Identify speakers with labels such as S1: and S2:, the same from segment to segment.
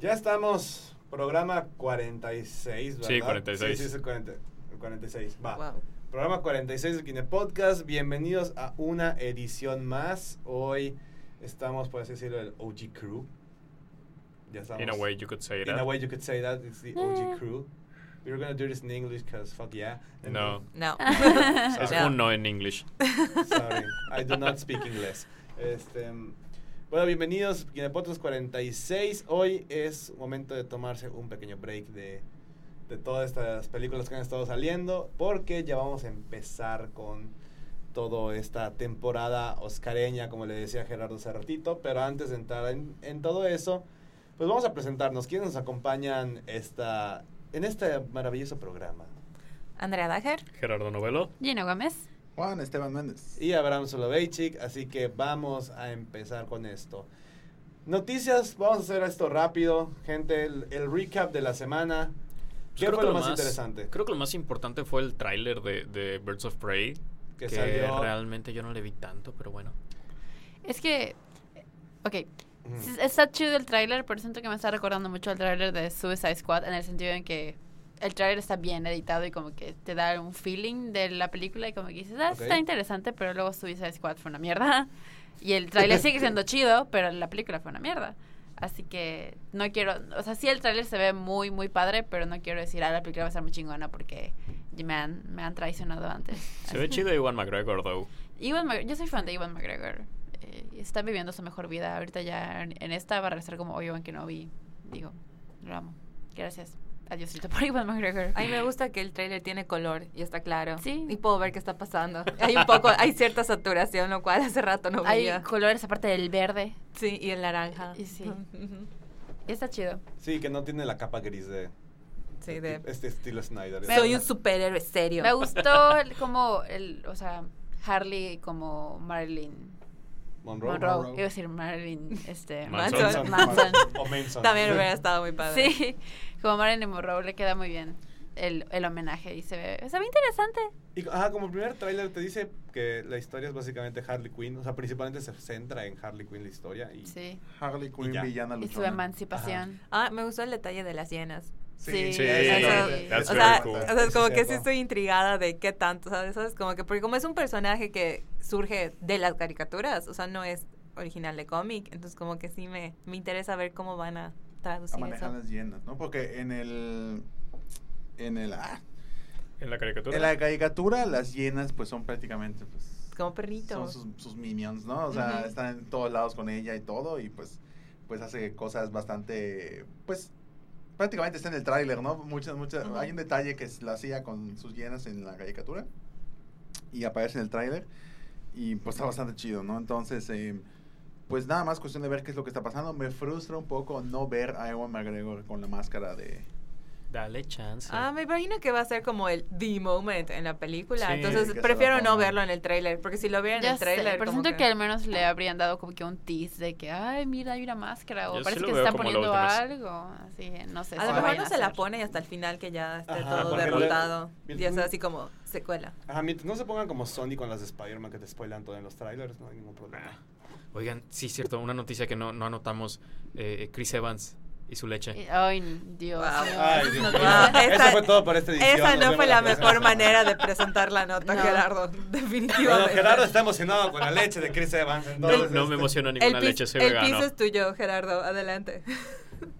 S1: Ya estamos, programa 46, ¿verdad?
S2: Sí, 46.
S1: Sí, sí, es el 40, el 46, va.
S3: Wow.
S1: Programa 46 de Kine Podcast, bienvenidos a una edición más. Hoy estamos, por así decirlo, el OG Crew. Ya estamos.
S2: In a way, you could say
S1: In
S2: that.
S1: a way you could say that, it's the
S4: Yeah.
S1: OG Crew. We We're gonna do this in English, because fuck yeah. And
S2: No.
S3: No.
S2: Es
S1: Sorry.
S2: un no en English.
S1: Sorry, I do not speak English. Este, mm, bueno, bienvenidos, Guinepotos 46. Hoy es momento de tomarse un pequeño break de, de todas estas películas que han estado saliendo, porque ya vamos a empezar con toda esta temporada oscareña, como le decía Gerardo hace ratito. Pero antes de entrar en, en todo eso, pues vamos a presentarnos. ¿Quiénes nos acompañan esta, en este maravilloso programa?
S3: Andrea Dager.
S2: Gerardo Pues Novelo.
S4: Gina Gómez.
S5: Juan Esteban Méndez.
S1: y Abraham Soloveitchik, así que vamos a empezar con esto. Noticias, vamos a hacer esto rápido, gente, el, el recap de la semana. ¿Qué fue lo más, interesante?
S2: Creo que lo más importante fue el tráiler de, de Birds of Prey.
S1: Que, salió...
S2: realmente yo no le vi tanto, pero bueno.
S4: Es que, ok,
S2: Mm.
S1: Ujú.
S4: s- está chido el tráiler, pero siento que me está recordando mucho al tráiler de Suicide Squad en el sentido en que el tráiler está bien editado y como que te da un feeling de la película y como que dices, ah,
S1: Ok.
S4: está interesante, pero luego Suicide Squad fue una mierda. Y el tráiler sigue siendo chido, pero la película fue una mierda. Así que no quiero, o sea, sí el tráiler se ve muy, muy padre, pero no quiero decir, ah, la película va a estar muy chingona porque me han, me han traicionado antes.
S2: Se ve chido Iwan McGregor, though.
S4: Ewan Mc- yo soy fan de Iwan McGregor. Eh, está viviendo su mejor vida. Ahorita ya en, en esta va a regresar como Obi-Wan Kenobi. Digo, lo amo. Gracias. Adiósito por Iwan McGregor.
S3: A mí me gusta que el tráiler tiene color y está claro.
S4: Sí.
S3: Y puedo ver qué está pasando. Hay un poco, hay cierta saturación, lo cual hace rato no
S4: Hay
S3: veía.
S4: colores aparte del verde.
S3: Sí, y el naranja.
S4: Y sí. Y está chido.
S1: Sí, que no tiene la capa gris de,
S3: sí, de...
S1: este estilo Snyder.
S3: Soy un superhéroe serio.
S4: Me gustó el- como el, o sea, Harley como Marilyn
S1: Monroe.
S4: Monroe.
S5: Monroe.
S4: Iba a decir Marilyn, este,
S2: Manson.
S1: Manson.
S4: Manson.
S1: O Manson.
S3: También hubiera estado muy padre.
S4: Sí, como Marilyn Monroe le queda muy bien el, el homenaje y se ve, se ve interesante.
S1: Y, ajá, como primer tráiler te dice que la historia es básicamente Harley Quinn, o sea, principalmente se centra en Harley Quinn la historia y
S4: Sí.
S5: Harley Quinn,
S1: ya.
S5: villana
S4: Y su
S5: luchona.
S4: emancipación.
S3: Ah, me gustó el detalle de las hienas.
S4: Sí.
S5: sí,
S4: Sí,
S3: Eso-
S2: that's
S3: o
S2: very
S3: sea,
S2: cool.
S3: o sea, es como que sí
S1: cierto.
S3: estoy intrigada de qué tanto, ¿sabes? ¿Sabes? Como que, porque como es un personaje que surge de las caricaturas, o sea, no es original de cómic, entonces como que sí me, me interesa ver cómo van a
S5: A
S3: traducir
S5: manejar
S3: eso.
S5: las llenas, ¿no? Porque en el. En el. ah,
S2: En la caricatura.
S5: en la caricatura, las llenas, pues son prácticamente. Pues,
S3: Como perritos.
S5: Son sus, sus minions, ¿no? O sea,
S3: Ujú.
S5: están en todos lados con ella y todo. Y pues. Pues hace cosas bastante. Pues. Prácticamente está en el tráiler, ¿no? Muchas, muchas.
S3: Ujú.
S5: Hay un detalle que la hacía con sus llenas en la caricatura. Y aparece en el tráiler. Y pues está bastante chido, ¿no? Entonces. eh, pues nada más cuestión de ver qué es lo que está pasando. Me frustra un poco no ver a Ewan McGregor con la máscara de...
S2: Dale chance.
S3: Ah, me imagino que va a ser como el the moment en la película.
S2: Sí,
S3: Entonces
S5: que se
S3: prefiero
S5: la
S3: no
S5: pongan.
S3: verlo en el tráiler, porque si lo viera en
S4: Ya
S3: el tráiler,
S4: sé, pero
S3: como
S4: siento que... al menos le habrían dado como que un tease de que, ay, mira, hay una máscara o
S2: Yo sí
S4: parece
S2: lo
S4: que se
S2: veo
S4: están
S2: como la
S4: poniendo
S2: última vez.
S4: algo. Así, no sé.
S3: a lo
S4: si lo
S3: mejor
S4: vayan
S3: no
S4: a
S3: se la
S4: hacer.
S3: pone hasta el final que ya esté
S1: Ajá,
S3: todo
S1: porque-
S3: derrotado.
S1: Bien.
S3: Y es así como secuela.
S1: Ajá, mientras no se pongan como Sony con las de Spider-Man que te spoilan todo en los trailers, no hay ningún problema.
S2: Oigan, sí, cierto, una noticia que no, no anotamos. eh, Chris Evans y su leche.
S4: Y- Ay, Dios.
S3: Wow.
S4: mío.
S1: Ay, Dios mío.
S3: Ah,
S1: Eso
S3: esa-
S1: fue todo para esta edición.
S3: Esa
S1: Nos
S3: no
S1: vemos
S3: fue la
S1: próxima
S3: mejor
S1: semana.
S3: manera de presentar la nota,
S4: No.
S3: Gerardo.
S1: Bueno,
S3: Definitivamente.
S1: Gerardo está emocionado con la leche de Chris Evans.
S2: No,
S1: entonces,
S2: no me
S1: este,
S2: emociona
S3: el
S2: ninguna
S3: pis-
S2: leche, soy
S3: el
S2: vegano.
S3: piso es tuyo, Gerardo. Adelante.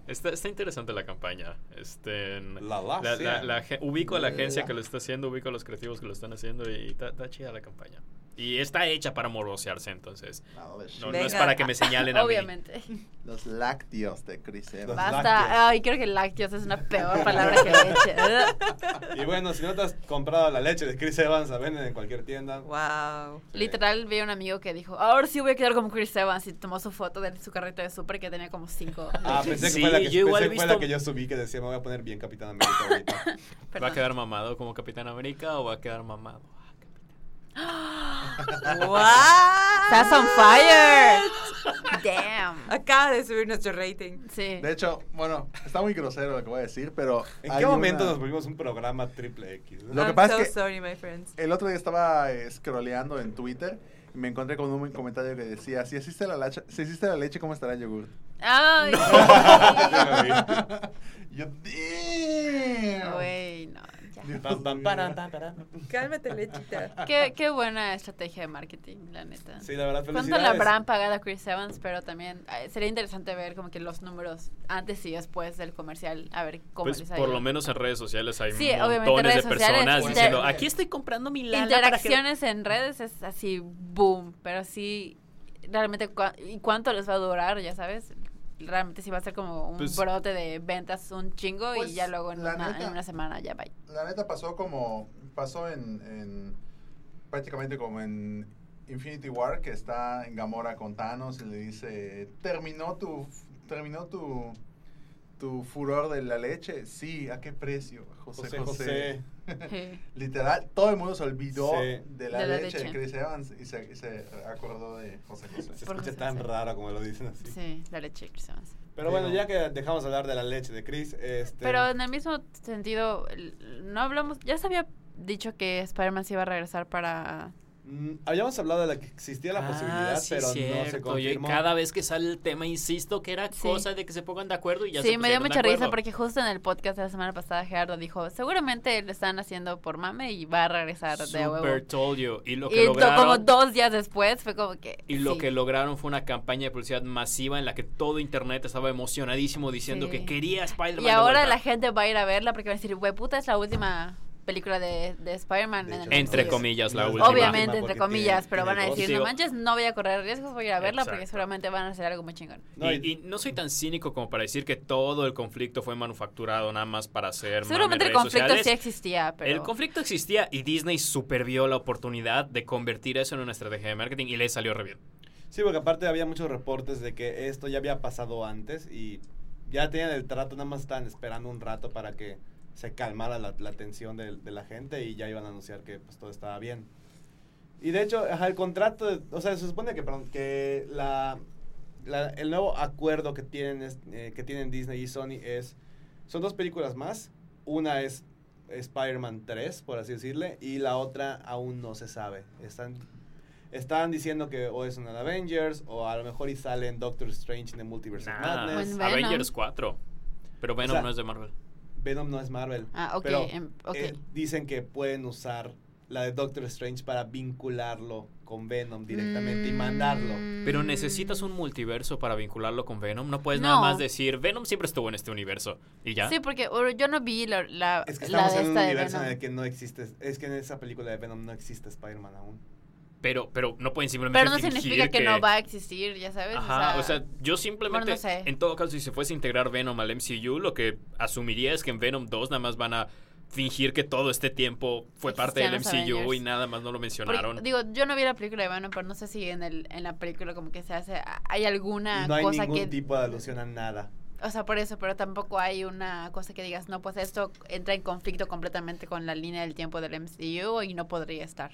S2: Está, está interesante la campaña. Este, en-
S1: La la,
S2: la-
S1: sí.
S2: la- la agen- ubico a la agencia
S5: La.
S2: que lo está haciendo, ubico a los creativos que lo están haciendo y está, está chida la campaña. Y está hecha para morbosearse, entonces.
S5: Nada de
S2: No, no
S3: Venga.
S2: es para que me señalen a mí.
S4: Obviamente.
S5: Los lácteos de Chris Evans.
S1: Va.
S4: Basta.
S1: lácteos.
S4: Ay, creo que lácteos es una peor palabra que leche.
S1: Y bueno, si no te has comprado la leche de Chris Evans, la venden en cualquier tienda.
S3: Wow.
S1: Sí.
S4: Literal, vi a un amigo que dijo, ahora sí voy a quedar como Chris Evans y tomó su foto de su carrito de súper que tenía como cinco.
S1: Ah, pensé que
S2: Sí,
S1: fue, la que,
S2: yo igual
S1: pensé
S2: he
S1: que fue la
S2: visto-
S1: que yo subí que decía me voy a poner bien Capitán América ahorita.
S2: ¿Va a quedar mamado como Capitán América o va a quedar mamado? Ah, Capitán.
S3: wow.
S4: Estás on fire. Damn.
S3: Acaba de subir nuestro rating.
S4: Sí.
S5: De hecho, bueno, está muy grosero lo que voy a decir, pero...
S1: ¿En
S5: hay
S1: qué momento
S5: una-
S1: nos volvimos un programa triple X?
S5: Lo que
S3: I'm
S5: pasa
S3: so
S5: es que-
S3: sorry, my friends.
S5: El otro día estaba eh, scrolleando en Twitter me encontré con un comentario que decía, si existe la, lacha- si existe la leche, ¿cómo estará el yogur?
S4: Ay,
S5: Yo, "Damn".
S4: Güey, no, ya.
S5: Dios
S1: Pam, pam,
S5: mío.
S1: param, pam, param.
S3: Cálmate, lechita.
S4: Qué, qué buena estrategia de marketing, la neta.
S1: Sí, la verdad,
S4: ¿Cuánto le
S1: felicidades.
S4: habrán pagado a Chris Evans? Pero también eh, sería interesante ver como que los números antes y después del comercial, a ver cómo
S2: Pues
S4: les ha
S2: por
S4: ido.
S2: lo menos en redes sociales hay
S4: Sí, obviamente,
S2: montones de
S4: redes sociales, pues,
S2: personas
S4: inter-
S2: diciendo, aquí estoy comprando mi lana para que-".
S4: Interacciones en redes es así, boom, pero sí, realmente, cua- ¿y cuánto les va a durar? Ya sabes, realmente sí va a ser como un
S2: Pues-
S4: brote de ventas un chingo
S5: Pues,
S4: y ya luego en
S5: la
S4: una,
S5: neta.
S4: en una semana ya bye.
S5: La neta pasó como. Pasó en. en- prácticamente como en Infinity War, que está en Gamora con Thanos y le dice: Terminó tu. Terminó tu. Tu furor de la leche. Sí, ¿a qué precio? José
S1: José,
S5: José.
S1: José.
S4: Sí.
S5: Literal, todo el mundo se olvidó
S1: Sí.
S5: de la,
S4: De la
S5: leche, de
S4: leche.
S5: Chris Evans y se, y se acordó de José
S1: Se
S5: José.
S4: Por
S1: escucha
S4: José
S1: tan
S4: José.
S1: raro como lo dicen así.
S4: Sí, la leche de Chris Evans.
S1: Pero bueno,
S5: Pero-
S1: ya que dejamos hablar de la leche de Chris, este...
S4: Pero en el mismo sentido, l- no hablamos, ya se había dicho que Spider-Man se iba a regresar para...
S1: mm, habíamos hablado de la que existía la
S2: Ah,
S1: posibilidad,
S2: sí,
S1: pero no se
S2: cierto. Oye,
S1: confirmó.
S2: cada vez que sale el tema, insisto que era
S4: Sí.
S2: cosa de que se pongan de acuerdo y ya
S4: sí,
S2: se
S4: me dio
S2: pusieron de
S4: mucha risa
S2: acuerdo.
S4: porque justo en el podcast de la semana pasada Gerardo dijo, seguramente lo están haciendo por mame y va a regresar de huevo.
S2: Super told you. Y lo que
S4: Y to-
S2: lograron...
S4: como dos días después fue como que...
S2: Y lo
S4: sí.
S2: que lograron fue una campaña de publicidad masiva en la que todo internet estaba emocionadísimo diciendo
S4: Sí.
S2: que quería a Spider-Man.
S4: Y
S2: de
S4: ahora
S2: vuelta.
S4: la gente va a ir a verla porque va a decir, güey, puta, es la última película de, de Spider-Man.
S1: De
S4: en el
S1: hecho,
S4: MCU".
S2: Entre
S1: no es-
S2: comillas, la
S1: no es
S2: última.
S4: Obviamente,
S1: porque
S4: entre comillas,
S1: tiene-
S4: pero
S1: tiene
S4: van a
S1: dos.
S4: decir,
S2: Digo-
S4: no manches, no voy a correr riesgos, voy a ir a verla porque
S2: Exacto.
S4: seguramente van a hacer algo muy chingón.
S1: No,
S2: y, y no soy tan cínico como para decir que todo el conflicto fue manufacturado nada más para hacer. mame
S4: Seguramente
S2: en
S4: el
S2: redes
S4: conflicto
S2: sociales.
S4: sí existía, pero...
S2: El conflicto existía y Disney supervió la oportunidad de convertir eso en una estrategia de marketing y le salió re bien.
S1: Sí, porque aparte había muchos reportes de que esto ya había pasado antes y ya tenían el trato, nada más estaban esperando un rato para que se calmara la, la tensión del- de, la gente y ya iban a anunciar que pues, todo estaba bien. Y de hecho, ajá, el contrato, de- o sea, se supone que, perdón, que la, la- el nuevo acuerdo que tienen, es- eh, que tienen Disney y Sony es, son dos películas más, una es Spider-Man 3, por así decirle, y la otra aún no se sabe. Están, están diciendo que o es una de Avengers, o a lo mejor y sale en Doctor Strange en el Multiverse of
S2: Nah,
S1: Madness.
S4: Pues Bueno, Venom.
S2: Avengers 4. Pero Venom
S1: Pues, O sea,
S2: no es de Marvel.
S1: Venom no es Marvel.
S4: Ah, ok,
S1: pero,
S4: em, ok.
S1: eh, dicen que pueden usar la de Doctor Strange para vincularlo con Venom directamente y
S4: Mm,
S1: mandarlo.
S2: Pero necesitas un multiverso para vincularlo con Venom. No puedes
S4: No.
S2: nada más decir, Venom siempre estuvo en este universo. Y ya.
S4: Sí, porque o- yo no vi la, la,
S1: Es que
S4: la
S1: estamos
S4: de
S1: en un
S4: esta de
S1: universo en
S4: Venom.
S1: el que no existe. Es que en esa película de Venom no existe Spider-Man aún.
S2: Pero, pero no pueden simplemente
S4: Pero no
S2: fingir
S4: significa que, no va a existir, ya sabes.
S2: Ajá, o sea, yo
S4: bueno,
S2: simplemente,
S4: no sé.
S2: en todo caso, si se fuese a integrar Venom al MCU, lo que asumiría es que en Venom 2 nada más van a fingir que todo este tiempo fue parte del
S4: Existían los
S2: MCU y
S4: Avengers.
S2: nada más no lo
S4: porque,
S2: mencionaron.
S4: digo, yo no vi la película de Venom, pero no sé si en, el, en la película como que se hace, hay alguna
S1: No hay
S4: cosa
S1: ningún
S4: que...
S1: tipo de alusión a nada.
S4: O sea, por eso, pero tampoco hay una cosa que digas, no, pues esto entra en conflicto completamente con la línea del tiempo del MCU y no podría estar.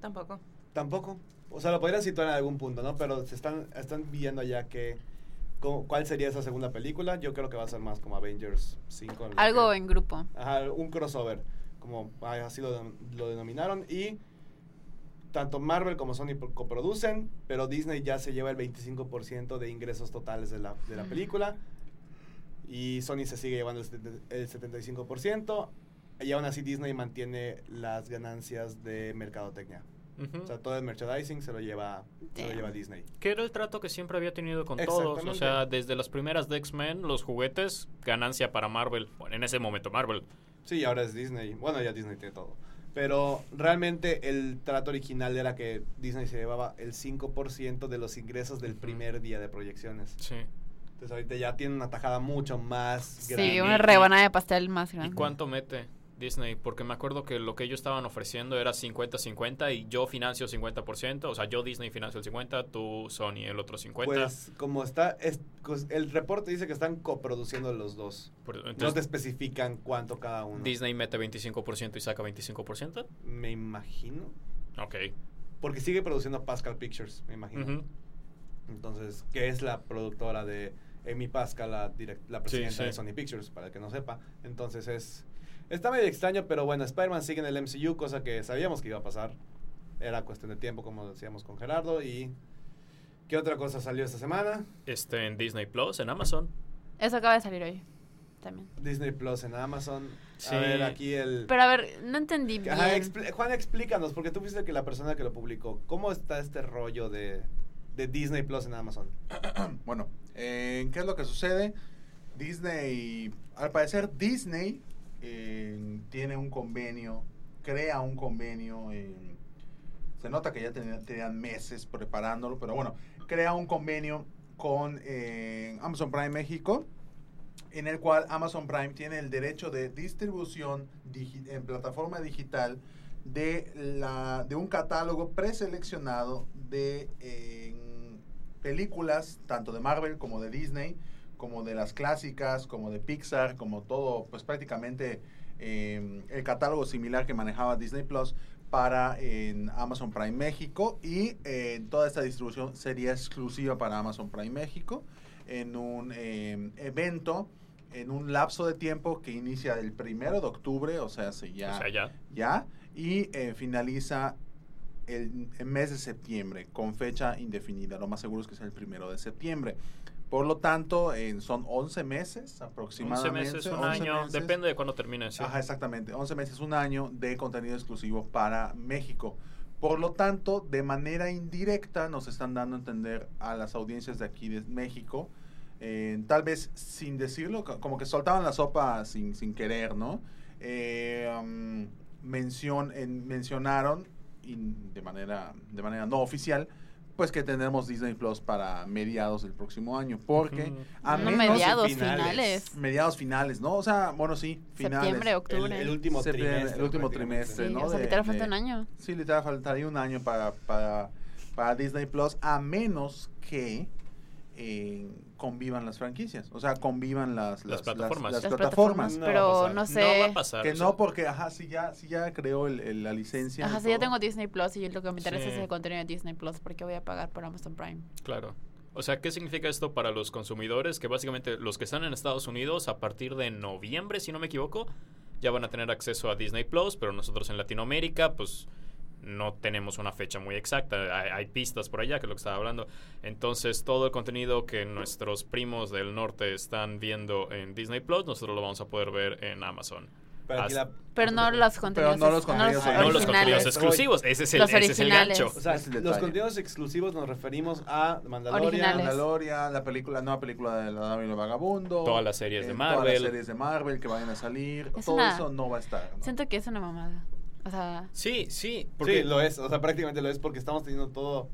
S3: Tampoco.
S1: Tampoco. O sea, lo podrían situar en algún punto, ¿no? Pero se están, están viendo ya que. cómo- ¿Cuál sería esa segunda película? Yo creo que va a ser más como Avengers 5. en lo
S4: Algo
S1: que-
S4: en grupo.
S1: Ajá, un crossover, como así lo, denom- lo denominaron. Y tanto Marvel como Sony pro- coproducen, pero Disney ya se lleva el 25% de ingresos totales de la, de la
S4: Mm.
S1: película. Y Sony se sigue llevando el, setenta- el 75%. Y aún así Disney mantiene las ganancias de mercadotecnia.
S2: Ujú.
S1: O sea, todo el merchandising se lo lleva, se lo
S4: Damn.
S1: lleva Disney.
S2: Que era el trato que siempre había tenido con todos. O
S1: Exactamente.
S2: sea, desde las primeras de X-Men, los juguetes, ganancia para Marvel. Bueno, en ese momento Marvel.
S1: Sí, ahora es Disney. Bueno, ya Disney tiene todo. Pero realmente el trato original era que Disney se llevaba el 5% de los ingresos del
S2: Ujú.
S1: primer día de proyecciones.
S2: Sí.
S1: Entonces ahorita ya tiene una tajada mucho más grande.
S4: Sí, una rebanada de pastel más
S2: ¿Y
S4: grande.
S2: cuánto mete Disney? Porque me acuerdo que lo que ellos estaban ofreciendo era 50-50 y yo financio 50%. O sea, yo Disney financio el 50%, tú Sony el otro 50%.
S1: Pues como está, es- pues, el reporte dice que están coproduciendo los dos.
S2: Por-
S1: no te
S2: entonces,
S1: especifican cuánto cada uno.
S2: Disney mete 25% y saca 25%.
S1: Me imagino.
S2: Ok.
S1: Porque sigue produciendo Pascal Pictures, me imagino.
S2: Ujú.
S1: Entonces, que es la productora de Amy Pascal, la, direc- la presidenta
S2: sí.
S1: de Sony Pictures, para el que no sepa. Entonces es... Está medio extraño, pero bueno, Spider-Man sigue en el MCU, cosa que sabíamos que iba a pasar. Era cuestión de tiempo, como decíamos con Gerardo. ¿Y qué otra cosa salió esta semana?
S2: Este, en Disney Plus, en Amazon.
S4: Eso acaba de salir hoy. También.
S1: Disney Plus en Amazon.
S2: Sí.
S1: A ver, aquí el...
S4: Pero a ver, no entendí bien.
S1: Ajá, expli- Juan, explícanos, porque tú fuiste que la persona que lo publicó. ¿Cómo está este rollo de, de Disney Plus en Amazon?
S5: Bueno, eh, ¿qué es lo que sucede? Disney, al parecer Disney eh, tiene un convenio, crea un convenio, eh, se nota que ya tenía- tenían meses preparándolo, pero bueno, crea un convenio con eh, Amazon Prime México, en el cual Amazon Prime tiene el derecho de distribución digi- en plataforma digital de, la, de un catálogo preseleccionado de eh, películas, tanto de Marvel como de Disney, como de las clásicas, como de Pixar, como todo, pues prácticamente eh, el catálogo similar que manejaba Disney Plus para en Amazon Prime México y eh, toda esta distribución sería exclusiva para Amazon Prime México en un eh, evento, en un lapso de tiempo que inicia el primero de octubre, o sea, se ya
S2: O sea, ya.
S5: ya y eh, finaliza el, el mes de septiembre con fecha indefinida. Lo más seguro es que sea el primero de septiembre. Por lo tanto, en- son 11 meses
S2: 11
S5: aproximadamente.
S2: meses, un
S5: 11
S2: año.
S5: meses.
S2: Depende de cuándo termine. sí.
S5: Ajá, exactamente. 11 meses, un año de contenido exclusivo para México. Por lo tanto, de manera indirecta nos están dando a entender a las audiencias de aquí de México, eh, tal vez sin decirlo, co- como que soltaban la sopa sin, sin querer, ¿no? Eh, um, mención, en- mencionaron y de, manera, de manera no oficial, pues que tendremos Disney Plus para mediados del próximo año, porque
S2: Ujú.
S5: a
S4: no
S5: menos-
S4: mediados,
S1: finales.
S4: finales.
S5: mediados finales, ¿no? O sea, bueno, sí, finales.
S4: Septiembre,
S1: El,
S4: octubre.
S1: el último
S5: Septiembre,
S1: trimestre.
S5: el último
S1: prácticamente.
S4: Sí,
S5: trimestre, ¿no?
S4: o sea,
S5: de-
S4: literal falta
S5: de-
S4: un año.
S5: Sí, literal, faltaría un año para, para, para Disney Plus, a menos que eh, convivan las franquicias. O sea, convivan las,
S2: Las plataformas.
S5: las
S4: Las
S5: plataformas.
S4: plataformas,
S1: No va a
S4: pero
S1: pasar.
S4: no
S2: No va
S4: sé.
S2: a pasar.
S5: Que
S2: o sea,
S5: no, porque, ajá, si ya, si ya creó el, el- la licencia.
S4: Ajá,
S5: y
S4: sí, yo
S5: todo.
S4: tengo Disney Plus y lo que me interesa
S2: Sí.
S4: es el contenido de Disney Plus porque voy a pagar por Amazon Prime.
S2: Claro. O sea, ¿qué significa esto para los consumidores? Que básicamente los que están en Estados Unidos a partir de noviembre, si no me equivoco, ya van a tener acceso a Disney Plus, pero nosotros en Latinoamérica, pues no tenemos una fecha muy exacta. Hay, hay pistas por allá, que es lo que estaba hablando. Entonces, todo el contenido que nuestros primos del norte están viendo en Disney Plus, nosotros lo vamos a poder ver en Amazon.
S1: Pero aquí la-
S4: Pero no los contenidos,
S5: no los
S4: ex-
S5: contenidos
S1: originales.
S2: No los contenidos
S1: Originales.
S2: exclusivos, ese es el,
S4: Los
S2: ese es el
S4: originales.
S2: gancho.
S1: O sea,
S5: Es el
S1: los
S5: detalle.
S1: contenidos exclusivos nos referimos a Mandalorian.
S4: Originales.
S5: Mandalorian, la película, nueva película de la Dama y el Vagabundo. eh,
S2: Todas las series de
S5: Todas las
S2: Marvel.
S5: series de Marvel que vayan a salir.
S4: Es
S5: todo
S4: una-
S5: eso no va a estar. ¿no?
S4: Siento que es una mamada. O sea,
S2: Sí, sí, porque
S1: Sí, lo es. O sea, prácticamente lo es porque estamos teniendo todo.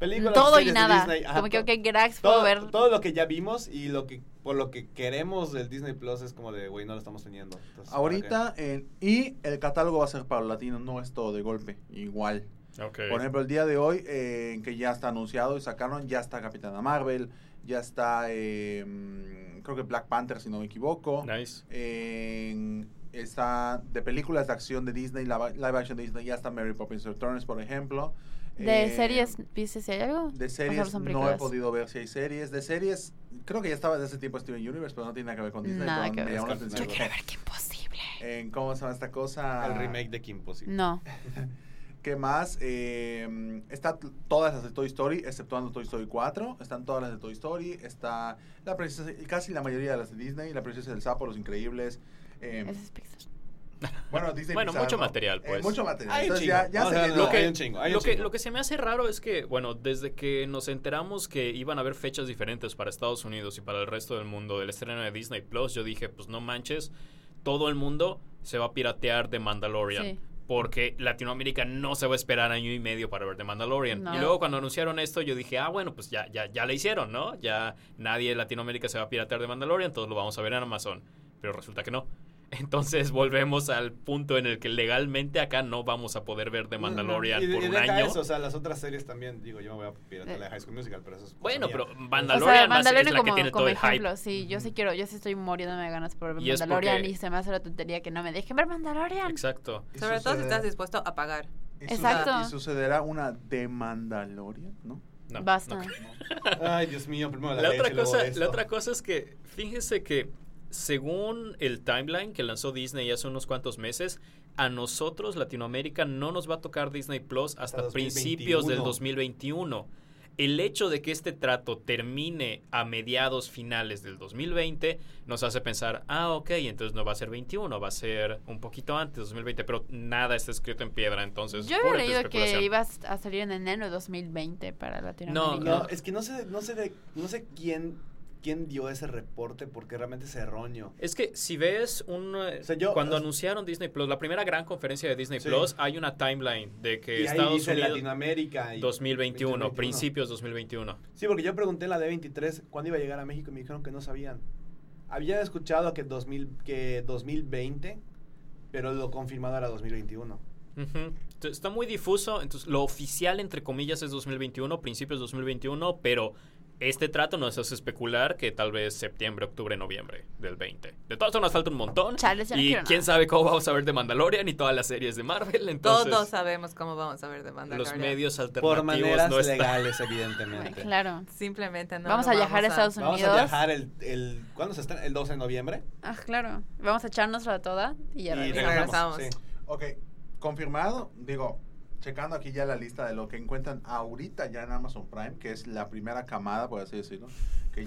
S1: Películas,
S4: todo y
S1: series de
S4: nada.
S1: Disney, ajá,
S4: Como que,
S1: to-
S4: ok, Grax, puedo
S1: todo,
S4: ver.
S1: todo lo que ya vimos y lo que por lo que queremos del Disney Plus es como de, güey, no lo estamos teniendo. Entonces, ¿para
S5: Ahorita, en- y el catálogo va a ser para latino, no es todo de golpe, igual.
S2: Ok.
S5: Por ejemplo, el día de hoy, eh, que ya está anunciado y sacaron, ya está Capitana Marvel, ya está, eh, mm, creo que Black Panther, si no me equivoco.
S2: Nice.
S5: En- está de películas de acción de Disney, live, live action de Disney, ya está Mary Poppins Returns, por ejemplo.
S4: ¿De
S5: Eh,
S4: series viste si hay algo?
S5: de
S4: ¿O solo
S5: series
S4: son
S5: no he
S4: películas?
S5: podido ver si hay series. De series, creo que ya estaba desde ese tiempo Steven Universe, pero no tiene nada que ver con Disney.
S4: Nada
S5: pero
S4: que
S5: me
S4: ver.
S5: llamó la
S1: Yo
S5: atención.
S4: Yo quiero ver qué imposible.
S5: En, ¿Cómo se llama esta
S1: qué?
S5: cosa?
S1: El remake de Kim Possible.
S4: No.
S5: ¿Qué más? Eh, está t- todas las de Toy Story, exceptuando Toy Story 4. Están todas las de Toy Story. Está la princesa, casi la mayoría de las de Disney. La princesa del sapo, Los Increíbles.
S2: Em,
S5: eh,
S4: Ese es Pixar.
S5: bueno, Disney
S2: Bueno,
S5: Pixar,
S2: mucho
S5: ¿no?
S2: material,
S5: Eh,
S2: pues.
S5: mucho material.
S1: Hay un
S5: Entonces
S1: chingo.
S5: ya, ya
S1: O
S5: se
S1: sea,
S5: le
S1: lo
S5: dio-
S1: que- hay un chingo, hay un
S2: lo, que,
S1: chingo.
S2: lo que se me hace raro es que, bueno, desde que nos enteramos que iban a haber fechas diferentes para Estados Unidos y para el resto del mundo del estreno de Disney Plus, yo dije, pues no manches, todo el mundo se va a piratear de Mandalorian.
S4: Sí.
S2: Porque Latinoamérica no se va a esperar año y medio para ver The Mandalorian.
S4: No.
S2: Y luego cuando anunciaron esto, yo dije, ah, bueno, pues ya, ya, ya le hicieron, ¿no? Ya nadie de Latinoamérica se va a piratear de Mandalorian, todos lo vamos a ver en Amazon. Pero resulta que no. Entonces volvemos al punto en el que legalmente acá no vamos a poder ver The Mandalorian
S1: Y, de-
S2: por
S1: y
S2: un
S1: deja
S2: año.
S1: eso, o sea, las otras series también, digo, yo me voy a piratear la de High School Musical, pero eso es cosa
S2: Bueno,
S1: mía.
S2: pero
S4: O
S2: Mandalorian,
S4: sea,
S2: más
S4: Mandalorian
S2: es la que
S4: como,
S2: tiene
S4: como
S2: todo el
S4: ejemplo,
S2: hype.
S4: sí, yo sí quiero, yo sí estoy muriéndome de ganas por ver
S2: Y es
S4: Mandalorian
S2: porque-
S4: y se me hace la tontería que no me dejen ver Mandalorian.
S2: Exacto.
S5: y
S3: Sobre todo si
S5: sucederá-
S3: estás dispuesto a pagar.
S5: y sucederá-
S4: Exacto.
S5: Y sucederá una de Mandalorian, ¿no?
S2: No,
S4: Basta.
S2: no.
S1: Ay, Dios mío, primero la,
S2: La
S1: leche,
S2: otra
S1: luego
S2: cosa,
S1: esto.
S2: la otra cosa es que fíjense que según el timeline que lanzó Disney hace unos cuantos meses, a nosotros, Latinoamérica, no nos va a tocar Disney Plus hasta,
S1: Hasta
S2: principios del
S1: 2021.
S2: 2021. El hecho de que este trato termine a mediados finales del 2020 nos hace pensar, ah, ok, entonces no va a ser 21, va a ser un poquito antes, 2020, pero nada está escrito en piedra, entonces...
S4: Yo había
S2: pura
S4: leído que
S2: especulación.
S4: iba a s- a salir en enero de 2020 para Latinoamérica.
S1: No,
S2: no.
S1: es que no sé, no sé, de, no sé quién, quién dio ese reporte porque realmente es erróneo.
S2: Es que si ves un eh,
S1: O sea, yo-
S2: cuando
S1: o sea-
S2: anunciaron Disney Plus, la primera gran conferencia de Disney
S1: Sí.
S2: Plus, hay una timeline de que
S1: y ahí
S2: Eh, Estados
S1: dice
S2: Unidos
S1: Latinoamérica. y-
S2: 2021,
S1: 2021.
S2: principios 2021.
S1: Sí, porque yo pregunté en la D23 cuándo iba a llegar a México y me dijeron que no sabían. Había escuchado que, 2000, que 2020, pero lo confirmado era 2021.
S2: Ujú. Entonces, Está muy difuso, entonces lo oficial entre comillas es 2021, principios 2021, pero este trato nos hace especular que tal vez septiembre, octubre, noviembre del 20. De todas formas falta un montón
S4: Chales, yo no
S2: y
S4: quiero nada.
S2: quién sabe cómo vamos a ver de Mandalorian y todas las series de Marvel, entonces
S3: Todos sabemos cómo vamos a ver de
S2: los
S3: Mandalorian.
S2: medios alternativos
S1: Por maneras
S2: no están.
S1: legales,
S4: Ay,
S1: evidentemente.
S4: Claro.
S3: Simplemente no.
S4: Vamos
S3: lo
S4: a viajar a Estados
S1: Vamos a
S4: Unidos.
S1: viajar el, el ¿cuándo se estrena? El 12 de noviembre.
S4: Ah, claro. Vamos a echárnosla toda y ya
S1: y
S4: regresamos.
S1: regresamos.
S3: regresamos.
S1: sí.
S5: Ok, confirmado, digo, checando aquí ya la lista de lo que encuentran ahorita ya en Amazon Prime, que es la primera camada, por así decirlo, que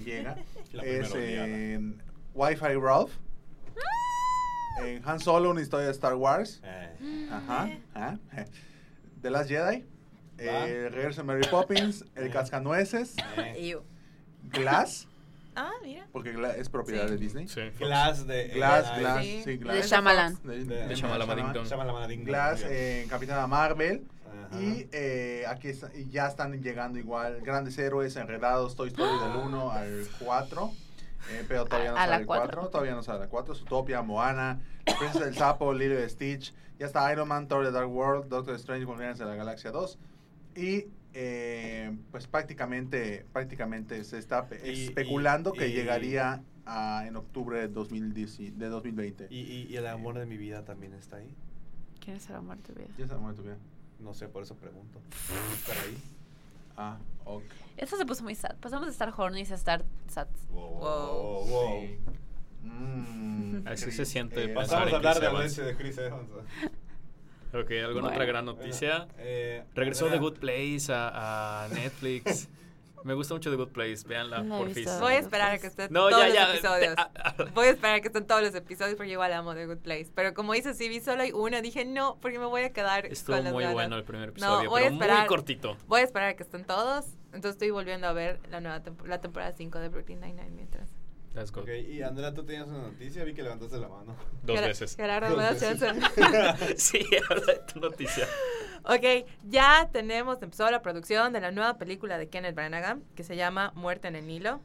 S5: llega,
S2: La
S5: es
S2: primera
S5: en Wi-Fi Ralph, en Han Solo, una historia de Star Wars,
S1: Eh,
S4: Mm.
S5: ajá, ajá, The Last Jedi, eh, Regreso de Mary Poppins, El
S1: Eh.
S5: Cascanueces,
S1: eh.
S3: Ew.
S5: Glass,
S3: Ah, mira.
S5: porque Gla- es propiedad
S3: Sí.
S5: de Disney,
S1: ¿eh?
S5: Eh,
S2: Sí.
S1: Glass de...
S5: Glass,
S1: eh,
S5: Glass,
S3: Sí.
S5: sí,
S4: De
S5: Glass,
S4: Shyamalan.
S5: de,
S1: De
S2: Shyamalan.
S1: Shyamalan.
S5: Glass,
S1: Muy bien.
S5: eh, Capitana Marvel,
S1: Ajá.
S5: Y eh, aquí está- y ya están llegando igual grandes héroes enredados, Toy Story del 1 al 4. eh, pero todavía no
S4: A- a
S5: sale
S4: la
S5: el
S4: cuatro.
S5: 4, todavía no sale la 4, Zootopia, Moana, La Princesa del Sapo, Lilo y Stitch, ya está Iron Man, Thor The Dark World, Doctor Strange, Guardianes de la Galaxia 2 y eh, pues prácticamente prácticamente se está pe-
S1: Y-
S5: especulando
S1: y-
S5: que
S1: y-
S5: llegaría a- en octubre de, 2010 de 2020.
S1: Y, y- y el amor de mi vida también está ahí.
S4: ¿Quién es el amor de tu vida?
S5: ¿Ya sabemos tu vida?
S1: No sé, por eso pregunto. ¿Está ahí?
S5: Ah, ok.
S4: Esto se puso muy sad. Pasamos de estar horny a estar sad.
S1: Wow, wow.
S5: Sí. Oh, Mm,
S2: Así
S5: Chris,
S2: se siente
S5: eh,
S2: pasar
S1: Pasamos
S2: Sorry,
S1: a hablar
S2: Chris
S1: de
S2: Evans.
S1: Valencia de Chris Evans.
S2: Ok, ¿alguna
S4: Bueno.
S2: otra gran noticia?
S1: Eh,
S2: Regresó The
S1: Andrea,
S2: Good Place a, a Netflix. Me gusta mucho The Good Place, véanla,
S4: No he
S2: por
S4: visto.
S2: fin.
S3: Voy a esperar
S4: pues.
S3: a que estén
S2: No,
S3: todos
S2: ya,
S3: los
S2: ya.
S3: episodios.
S2: te- ah, ah.
S3: Voy a esperar a que estén todos los episodios porque igual amo The Good Place. Pero como dices, si vi solo hay una, dije no, porque me voy a quedar
S2: Estuvo
S3: con las
S2: muy
S3: ganas.
S2: bueno el primer
S3: No,
S2: episodio,
S3: voy a
S2: pero muy
S3: esperar.
S2: cortito.
S3: Voy a esperar a que estén todos. Entonces estoy volviendo a ver la nueva tempo- la temporada 5 de Brooklyn Nine-Nine mientras.
S2: Let's go.
S1: Ok, y Andrea, tú tenías una noticia, vi que levantaste la mano.
S2: Dos
S3: Gerard-
S2: veces.
S3: Gerardo
S1: Dos
S3: Alvarado
S1: veces.
S3: Johnson.
S2: sí, habla de tu noticia.
S3: Ok, ya tenemos, empezó la producción de la nueva película de Kenneth Branagh que se llama Muerte en el Nilo.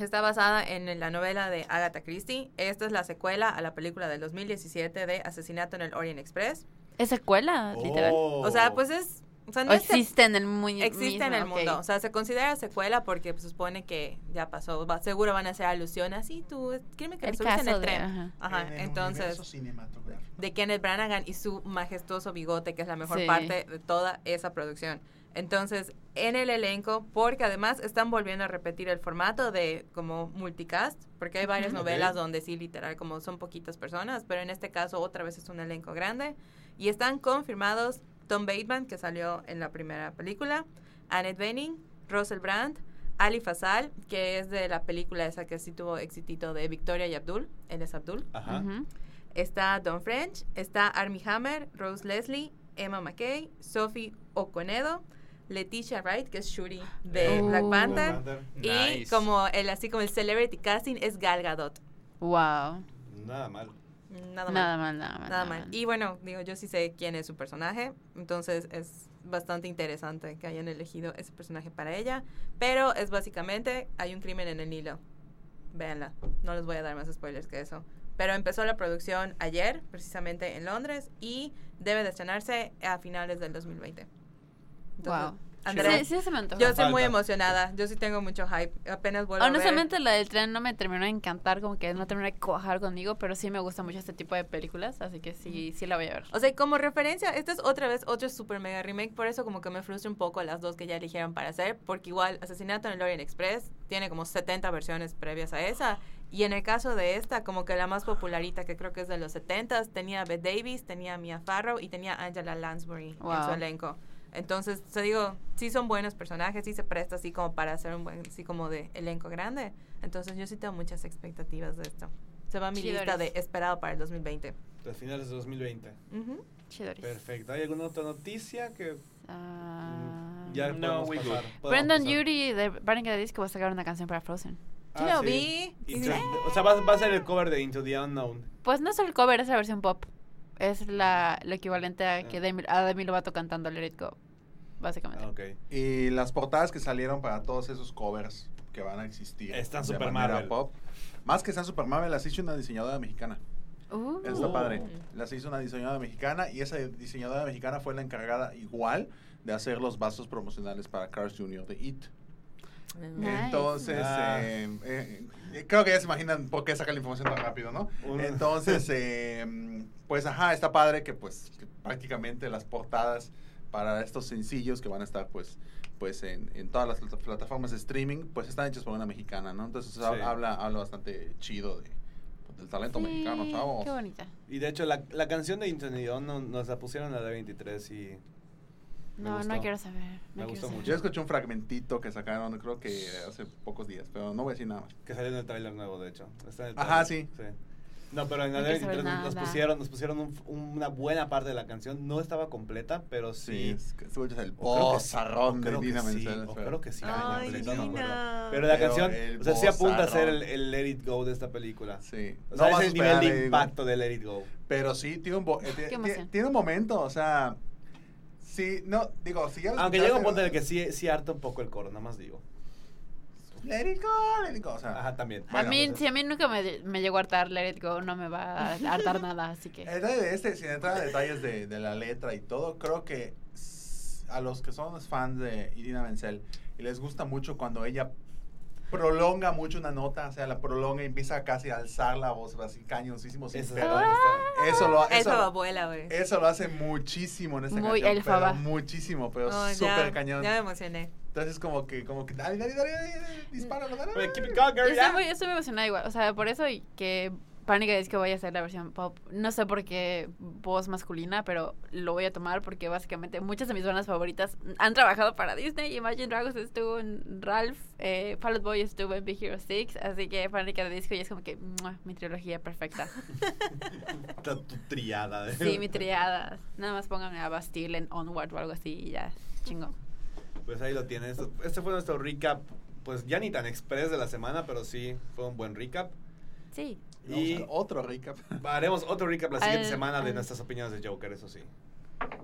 S3: Está basada en la novela de Agatha Christie. Esta es la secuela a la película del 2017 de Asesinato en el Orient Express.
S4: ¿Es secuela? Literal.
S2: Oh.
S3: O sea,
S1: Oh.
S3: pues es... O sea,
S4: ¿O
S3: no es sec-
S4: existe en el mundo?
S3: existe en el mundo. O sea, se considera secuela porque pues, supone que ya pasó. Va- seguro van a hacer alusión así, tú, créeme que
S4: El
S3: estuviste en
S4: caso
S3: el
S4: de...
S3: tren.
S4: ajá.
S3: Ajá,
S5: en el
S3: entonces...
S5: universo cinematográfico.
S3: de Kenneth Branagh y su majestuoso bigote, que es la mejor
S4: Sí.
S3: parte de toda esa producción. Entonces, en el elenco, porque además están volviendo a repetir el formato de como multicast, porque hay varias
S5: Ujú.
S3: novelas
S5: Ok.
S3: donde sí, literal, como son poquitas personas, pero en este caso otra vez es un elenco grande. Y están confirmados Tom Bateman, que salió en la primera película, Annette Bening, Russell Brand, Ali Fasal, que es de la película esa que sí tuvo exitito de Victoria y Abdul, él es Abdul
S1: Oh. Ajá.
S4: Ujú.
S3: está Don French, está Armie Hammer, Rose Leslie, Emma McKay, Sophie Oconedo, Leticia Wright, que es Shuri de
S1: Eh,
S3: Black
S4: Oh.
S3: Panther. Y
S2: Nice.
S3: como el así como el celebrity casting es Gal Gadot.
S4: Wow.
S1: Nada mal.
S3: Nada más.
S4: Nada mal, Ah, nada mal.
S3: Nada mal. Y bueno, digo, yo sí sé quién es su personaje, entonces es bastante interesante que hayan elegido ese personaje para ella, pero es básicamente hay un crimen en el Nilo. Véanla, no les voy a dar más spoilers que eso. Pero empezó la producción ayer, precisamente en Londres, y debe de estrenarse a finales del 2020. Entonces,
S4: Wow.
S3: Andrea,
S4: Sí, sí se me antoja.
S3: yo estoy
S1: Falta.
S3: muy emocionada, yo sí tengo mucho hype, apenas vuelvo
S4: Honestamente, la del tren no me terminó de encantar, como que no terminó de cuajar conmigo, pero sí me gusta mucho este tipo de películas, así que sí, sí la voy a ver.
S3: a ver. O sea, como referencia, esta es otra vez otro super mega remake, por eso como que me frustra un poco las dos que ya eligieron para hacer, porque igual Asesinato en el Orient Express tiene como 70 versiones previas a esa Y en el caso de esta, como que la más popularita, que creo que es de los 70s, tenía a Bette Davis, tenía a Mia Farrow y tenía a Angela Lansbury en
S4: Wow.
S3: su elenco. Entonces, te digo, sí son buenos personajes, sí se presta así como para hacer un buen, así como de elenco grande. Entonces, yo sí tengo muchas expectativas de esto. Se va a mi lista de
S4: Chidores.
S3: esperado para el 2020.
S1: Las finales de 2020.
S3: Ujú.
S4: Chidoris.
S1: Perfecto. ¿Hay alguna otra noticia que
S4: Ah.
S1: mm, ya
S2: No,
S1: podemos
S2: we
S1: pasar?
S2: good.
S1: Podemos
S4: Brendan
S1: pasar. Ah,
S4: Urie de Burning the Disco va a sacar una canción para Frozen.
S3: Sí lo vi.
S1: Into-
S3: Sí.
S1: O sea, va, va a ser el cover de Into the Unknown.
S4: Pues no es el cover, es la versión pop. Es la, lo equivalente a que
S1: Ah.
S4: Demi, a Demi Lovato cantando Let It Go, básicamente.
S1: Ah, ok.
S5: Y las portadas que salieron para todos esos covers que van a existir.
S1: Están
S5: de
S1: super
S5: manera
S1: Marvel.
S5: Pop. Más que están Super Marvel, las hizo una diseñadora mexicana.
S4: Uh.
S5: Eso está
S1: Oh.
S5: padre. Las hizo una diseñadora mexicana y esa diseñadora mexicana fue la encargada igual de hacer los vasos promocionales para Cars Jr. de It.
S4: Nice.
S5: Entonces,
S1: Ah.
S5: eh, eh, eh, creo que ya se imaginan por qué saca la información tan rápido, ¿no?
S1: Un-
S5: Entonces, eh, pues ajá, está padre que pues que prácticamente las portadas para estos sencillos que van a estar pues pues en, en todas las plata- plataformas de streaming, pues están hechas por una mexicana, ¿no? Entonces ha-
S1: Sí.
S5: habla, habla bastante chido de, pues, del talento
S4: Sí,
S5: mexicano, chavos.
S4: Qué bonita.
S1: Y de hecho, la, la canción de Into the Unknown nos la pusieron a la 23 y Me
S4: No, no
S1: gustó.
S4: quiero saber.
S1: Me
S4: no quiero
S1: gustó
S4: saber.
S1: mucho.
S5: Yo escuché un fragmentito que sacaron, creo que hace pocos días, pero no voy a decir nada más.
S1: que salió en el tráiler nuevo, de hecho. Está en el
S5: Ajá,
S1: tráiler, No, pero en la
S4: No quiero saber
S1: 23 nos
S4: nada.
S1: pusieron, nos pusieron un- una buena parte de la canción. No estaba completa, pero
S5: Sí,
S1: sí.
S5: es que escuchas el
S1: O creo que sí,
S5: bozarrón
S1: o
S5: de
S1: creo que
S5: Dina
S1: sí,
S5: Menzel,
S1: o
S5: pero-
S1: creo que sí,
S5: Ah,
S1: Ay,
S5: no,
S1: Dina.
S5: no me acuerdo.
S1: Pero la
S5: Pero
S1: canción,
S5: el
S1: o sea, sí apunta a ser el,
S5: bozarrón.
S1: el Let It Go de esta película.
S5: Sí.
S1: O sea,
S5: vas a eh,
S1: es el nivel
S5: superar
S1: de
S5: el-
S1: impacto de Let It Go.
S5: Pero sí, tiene un, bo- eh, tiene-
S4: emoción.
S5: tiene- tiene un momento, o sea. Sí, no, digo, si ya lo
S1: Aunque llega un
S5: escuchaste,
S1: punto en el que sí, sí harta un poco el coro, nada más digo.
S5: Let it go, let it go, o sea.
S1: Ajá, también.
S4: A
S5: Bueno,
S4: mí,
S5: pues,
S4: si a mí nunca me, me llegó a hartar Let It Go, no me va a hartar nada, así que...
S5: El detalle de este, sin entrar a detalles de, de la letra y todo, creo que s- a los que son fans de Irina Menzel y les gusta mucho cuando ella prolonga mucho una nota, o sea, la prolonga y empieza casi a alzar la voz, así cañoncísimo, sin
S1: Eso
S5: pedo.
S1: está- está-
S5: Eso lo
S3: Eso
S5: eso-
S3: abuela, güey.
S5: Eso lo hace muchísimo en esta
S4: Muy
S5: canción.
S4: elfaba.
S5: pero Muchísimo, pero
S3: Oh,
S5: súper
S3: ya,
S5: cañón.
S3: Ya me emocioné.
S5: Entonces como que, como que, dale, dale, dale, dale, dale, dispáralo, dale,
S1: Oye,
S5: dale.
S1: keep it going,
S4: Yo
S1: girl,
S4: estoy
S1: yeah.
S4: muy, yo estoy muy emocionada igual, o sea, por eso y que Panic! es que voy a hacer la versión pop. No sé por qué voz masculina, pero lo voy a tomar porque básicamente muchas de mis bandas favoritas han trabajado para Disney. Imagine Dragons estuvo en Ralph, eh, Fall Out Boy estuvo en Big Hero 6, así que Panic! at the Disco y es como que ¡mua! mi trilogía perfecta.
S1: Está tu triada. de-
S4: Sí, mi triada. Nada más pónganme a Bastille en Onward o algo así y ya, chingo.
S1: Pues ahí lo tienes. Este fue nuestro recap, pues ya ni tan express de la semana, pero sí fue un buen recap.
S4: Sí.
S5: Vamos
S1: Y-
S5: a otro recap.
S1: Haremos otro recap la siguiente
S4: Al-
S1: semana de
S4: al-
S1: nuestras opiniones de Joker, eso sí.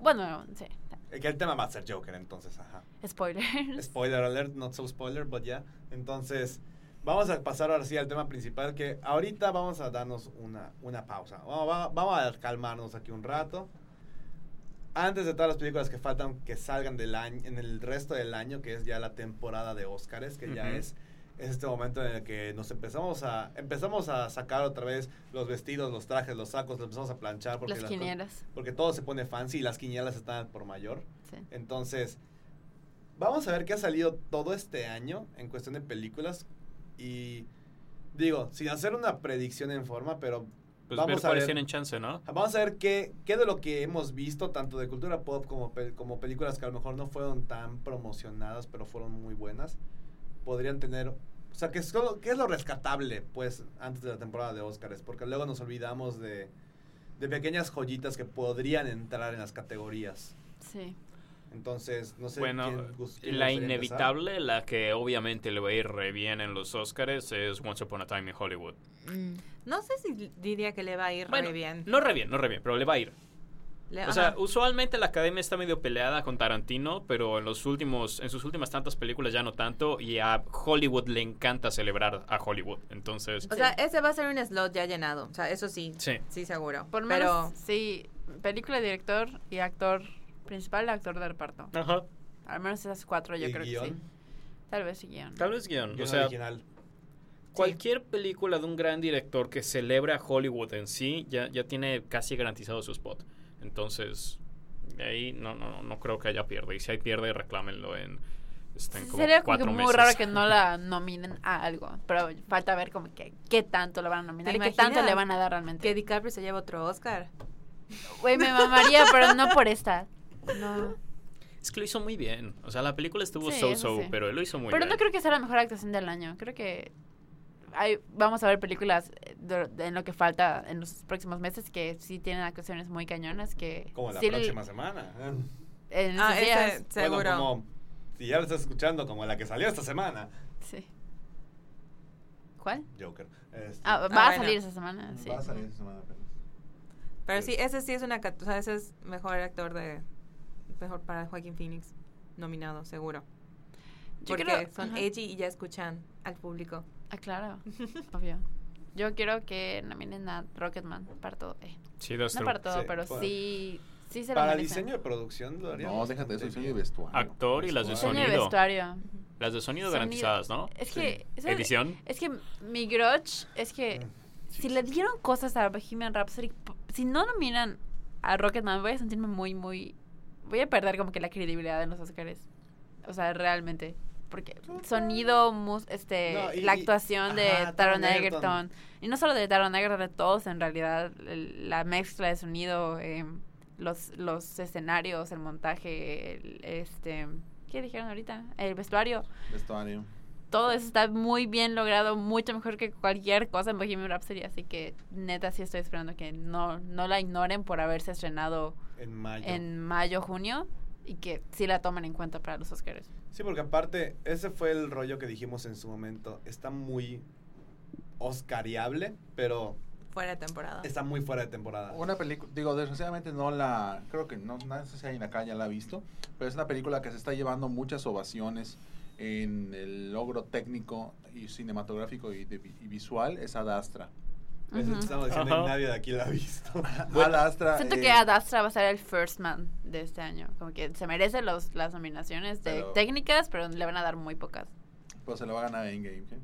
S4: Bueno, sí.
S1: Eh, Que el tema va a ser Joker, entonces, ajá.
S4: Spoilers.
S1: Spoiler alert, not so spoiler, but yeah. Entonces, vamos a pasar ahora sí al tema principal, que ahorita vamos a darnos una, una pausa. Vamos, va- vamos a calmarnos aquí un rato. Antes de todas las películas que faltan que salgan del año, en el resto del año, que es ya la temporada de Óscares, que ya
S2: Ujú.
S1: es, es este momento en el que nos empezamos a, empezamos a sacar otra vez los vestidos, los trajes, los sacos, los empezamos a planchar. Porque
S4: Las
S1: las cos-
S4: quinielas.
S1: Porque todo se pone fancy y las quinielas están por mayor.
S4: Sí.
S1: Entonces, vamos a ver qué ha salido todo este año en cuestión de películas. Y digo, sin hacer una predicción en forma, pero
S2: Pues
S1: Vamos
S2: ver
S1: a
S2: cuáles
S1: ver.
S2: tienen chance, ¿no?
S1: vamos a ver qué, qué de lo que hemos visto, tanto de cultura pop como, pel- como películas que a lo mejor no fueron tan promocionadas, pero fueron muy buenas, podrían tener... O sea, ¿qué es, lo, qué es lo rescatable, pues, antes de la temporada de Óscares? Porque luego nos olvidamos de, de pequeñas joyitas que podrían entrar en las categorías.
S4: Sí.
S1: Entonces, no sé
S2: Bueno,
S1: quién gus- quién
S2: la
S1: gustaría empezar.
S2: inevitable, la que obviamente le va a ir re bien en los Oscars, es Once Upon a Time in Hollywood.
S3: No sé si diría que le va a ir
S2: Bueno,
S3: re bien.
S2: No re bien, no re bien, pero le va a ir.
S3: Le-
S2: O sea,
S3: ajá.
S2: usualmente la academia está medio peleada con Tarantino, pero en los últimos, en sus últimas tantas películas ya no tanto, y a Hollywood le encanta celebrar a Hollywood. Entonces,
S3: O sea, ese va a ser un slot ya llenado. O sea, eso sí.
S2: sí.
S3: Sí, seguro.
S4: Por
S3: pero
S4: menos, sí, película, director y actor principal, actor de reparto.
S2: Ajá.
S4: Al menos esas cuatro yo
S1: ¿Y
S4: creo que sí.
S1: guión?
S4: Tal vez sí guión.
S2: Tal vez guión.
S1: Guión
S2: o sea,
S1: original.
S2: cualquier película de un gran director que celebra a Hollywood en sí, ya, ya tiene casi garantizado su spot. Entonces, de ahí no, no, no creo que haya pierde. Y si hay pierde, reclámenlo en estén como
S4: Sería como que
S2: cuatro
S4: muy
S2: meses.
S4: raro que no la nominen a algo, pero falta ver como que qué tanto la van a nominar
S3: ¿Te
S4: y qué
S3: imaginas?
S4: tanto le van a dar realmente.
S3: Que DiCaprio se lleva otro Oscar.
S4: Güey, me mamaría, pero no por esta. No.
S2: Es que lo hizo muy bien. O sea, la película estuvo
S4: Sí,
S2: so-so,
S4: eso sí.
S2: pero él lo hizo muy
S4: pero
S2: bien.
S4: no creo que sea la mejor actuación del año. Creo que hay, vamos a ver películas eh, de- de- en lo que falta en los próximos meses que sí tienen actuaciones muy cañonas que
S1: Como la
S4: sí,
S1: próxima semana. ¿eh?
S4: en esos
S3: Ah,
S4: días,
S3: ese, seguro.
S1: Bueno, como, si ya lo estás escuchando, como la que salió esta semana.
S4: sí. ¿Cuál?
S1: Joker. Este,
S4: Ah,
S3: Ah,
S4: va a
S3: bueno.
S4: salir esa semana, sí.
S5: Va a salir esta semana apenas.
S3: Pero sí, ese sí es una... cat- O sea, ese es mejor actor de... Mejor para Joaquín Phoenix. Nominado, seguro.
S4: Yo
S3: Porque
S4: creo-
S3: son
S4: ajá.
S3: edgy y ya escuchan al público.
S4: Ah, claro, obvio. Yo quiero que nominen a Rocketman para todo. eh,
S2: Sí, that's
S4: no
S2: true.
S4: para todo,
S1: Sí,
S4: pero
S1: para-
S4: sí, sí se lo
S1: Para
S4: merecen.
S1: diseño de producción lo haría.
S5: No, déjate
S1: bastante
S5: eso, diseño de
S1: bien.
S5: vestuario.
S2: Actor y las de
S4: Diseño de
S2: sonido.
S4: vestuario.
S2: Las de sonido,
S4: Sonido.
S2: garantizadas, ¿no?
S4: Es
S1: Sí.
S4: que... ¿sabes?
S2: Edición.
S4: Es que mi grudge es que
S1: Mm.
S4: si le dieron cosas a Bohemian Rhapsody, p- si no nominan a Rocketman, voy a sentirme muy, muy... Voy a perder como que la credibilidad en los Oscars. O sea, realmente. Porque sonido, mus- este,
S1: No, y-
S4: la
S1: y-
S4: actuación de
S1: ajá,
S4: Taron
S1: Taron
S4: Egerton.
S1: Egerton.
S4: Y no solo de Taron Egerton, de todos en realidad. el- La mezcla de sonido, eh, los, los escenarios, el montaje, el- este... ¿Qué dijeron ahorita? El vestuario
S5: Vestuario.
S4: todo eso está muy bien logrado, mucho mejor que cualquier cosa en Bohemian Rhapsody, así que neta sí estoy esperando que no, no la ignoren por haberse estrenado
S1: En mayo.
S4: en mayo, junio y que sí la tomen en cuenta para los Oscars.
S1: Sí, porque aparte, ese fue el rollo que dijimos en su momento. Está muy oscariable, pero
S3: Fuera de temporada.
S4: Ah.
S1: está muy fuera de temporada.
S5: Una película, digo, desgraciadamente no la, creo que no, no sé si alguien acá ya la ha visto, pero es una película que se está llevando muchas ovaciones en el logro técnico y cinematográfico y, de- y visual, es Ad Astra.
S1: Es lo
S4: Ujú.
S1: que estamos diciendo
S2: Ajá.
S1: y nadie de aquí la ha visto.
S5: Ad
S1: Ah,
S5: Astra.
S4: Siento
S5: eh,
S4: que Ad Astra va a ser el first man de este año, como que se merece los, las nominaciones de
S5: Pero-
S4: técnicas, pero le van a dar muy pocas.
S5: Pues se lo va a ganar Endgame. ¿qué?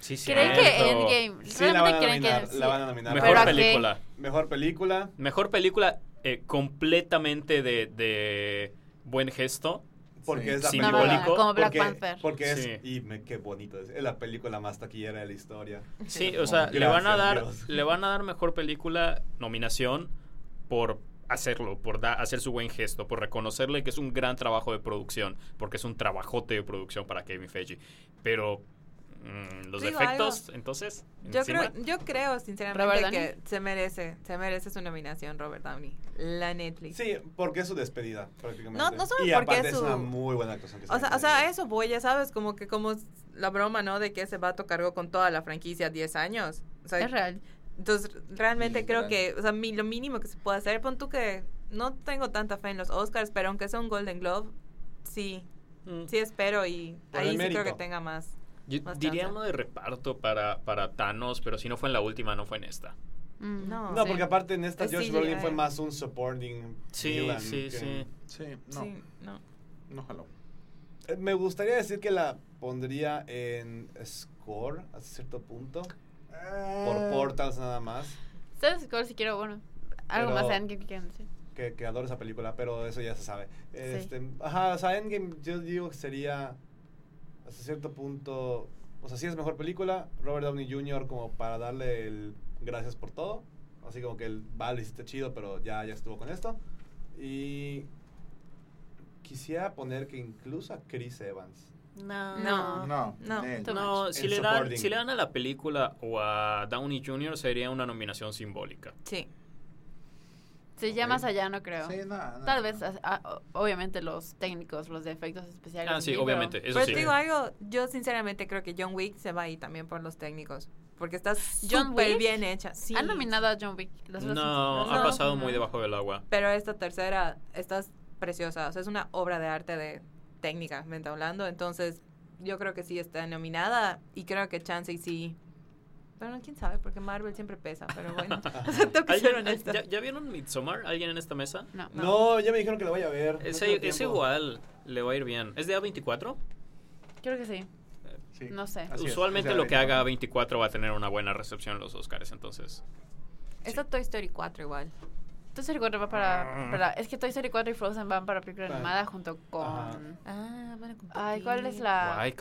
S2: Sí, sí.
S4: ¿Creen que Endgame?
S1: Sí, la van a
S4: creen
S1: nominar.
S4: sí?
S1: La van a nominar.
S2: Mejor
S4: Pero ¿a qué?
S2: película.
S1: Mejor película.
S2: Mejor película eh, completamente de, de buen gesto.
S1: Porque
S5: Sí.
S1: es la
S2: Sí,
S1: película.
S2: simbólico.
S4: Como Black
S1: porque,
S4: Panther.
S1: Porque es.
S2: Sí.
S1: Y me, qué bonito. Es, es la película más taquillera de la historia.
S2: Sí, o sea, le van
S1: Gracias,
S2: a dar,
S1: Dios.
S2: le van a dar mejor película nominación por hacerlo, por da- hacer su buen gesto, por reconocerle que es un gran trabajo de producción, porque es un trabajote de producción para Kevin Feige. Pero mm, los
S3: Digo
S2: defectos, entonces,
S3: Yo
S2: encima,
S3: creo, yo creo
S4: Robert
S3: sinceramente
S4: Downey.
S3: que se merece, se merece su nominación Robert Downey, la Netflix.
S1: Sí, porque es su despedida, prácticamente.
S3: No- no solo
S1: y
S3: porque
S1: aparte
S3: es
S1: es una
S3: su-
S1: muy buena actuación. que
S3: O
S1: está
S3: sea, o
S1: haciendo.
S3: sea, eso voy, ya sabes, como que como es la broma, ¿no? De que ese vato cargó con toda la franquicia 10 años. O sea,
S4: Es real.
S3: entonces realmente
S5: Sí,
S3: creo
S5: literal.
S3: que, o sea, mi- lo mínimo que se puede hacer, pon tú que no tengo tanta fe en los Oscars, pero aunque sea un Golden Globe, sí,
S2: mm,
S3: sí espero y
S1: Por
S3: ahí
S1: el
S3: sí creo que
S1: mérito.
S3: tenga más.
S2: yo
S3: más
S2: diría
S3: chance.
S2: uno de reparto para, para Thanos, pero si no fue en la última, no fue en esta.
S4: Mm,
S3: No.
S1: No,
S4: sí.
S1: porque aparte en esta
S3: Es eh.
S1: Josh
S3: CGI.
S1: Brolin fue más un supporting.
S2: Sí,
S1: villain
S2: sí,
S1: que-
S2: sí.
S5: Sí, no,
S3: Sí, no.
S5: no jaló.
S1: Eh, Me gustaría decir que la pondría en score a cierto punto.
S5: Eh,
S3: Mm.
S1: Por Portals nada más.
S4: ¿Sabes cuál si quiero? Bueno, algo
S1: Pero-
S4: más de Endgame que quieran decir.
S1: Que, que adoro esa película, pero eso ya se sabe. Este, Ajá, o sea, Endgame yo digo que sería hasta cierto punto. O sea, sí es mejor película. Robert Downey Jr. como para darle el gracias por todo. Así como que el vale, hiciste chido, pero ya, ya estuvo con esto. Y quisiera poner que incluso a Chris Evans.
S4: No.
S3: No.
S5: No,
S3: No,
S5: Nel.
S4: too
S2: No,
S4: much.
S2: si
S1: El
S2: le, dan,
S1: supporting.
S2: si le dan a la película o a Downey Jr. sería una nominación simbólica.
S3: Sí.
S4: Sí, ya
S5: Ok.
S4: más allá no creo.
S5: Sí, nada, nada.
S4: Tal vez, as- ah, o- obviamente, los técnicos, los de efectos especiales.
S2: Ah, sí,
S4: pero-
S2: obviamente, eso
S3: Pero
S2: sí.
S3: te Pues digo algo, yo sinceramente creo que John Wick se va ahí también por los técnicos. Porque está
S4: ¿John
S3: súper
S4: Wick?
S3: bien hecha. Sí.
S4: Han nominado a John Wick. Los otros-
S2: No,
S4: los
S2: ha
S4: otros-
S2: pasado
S4: no.
S2: muy debajo del agua.
S3: Pero esta tercera está preciosa. O sea, es una obra de arte de técnicamente hablando. Entonces, yo creo que sí está nominada. Y creo que Chance y sí. Pero no, quién sabe, porque Marvel siempre pesa. Pero bueno, o sea, tengo que ser
S2: ¿Alguien-
S3: honesta.
S2: ¿Ya, ya vieron Midsommar? ¿Alguien en esta mesa?
S4: No.
S1: No, ya me dijeron que la voy a ver. no
S2: Es,
S1: tengo
S2: es
S1: tiempo.
S2: igual, le va a ir bien. ¿Es de A24?
S4: Creo que sí.
S5: Sí.
S4: No sé.
S5: Así es,
S2: Usualmente
S5: es de
S2: lo que haga
S5: A24.
S2: A24 va a tener una buena recepción en los Oscars, entonces.
S3: Está Toy Story 4 igual.
S4: Toy Story 4 va
S2: Ah.
S4: para, para- Es que Toy Story 4 y Frozen van para película
S1: Para-
S4: animada junto con.
S1: Ajá.
S3: Ah, van a competir.
S4: Ay, ¿cuál es la.?
S2: Hay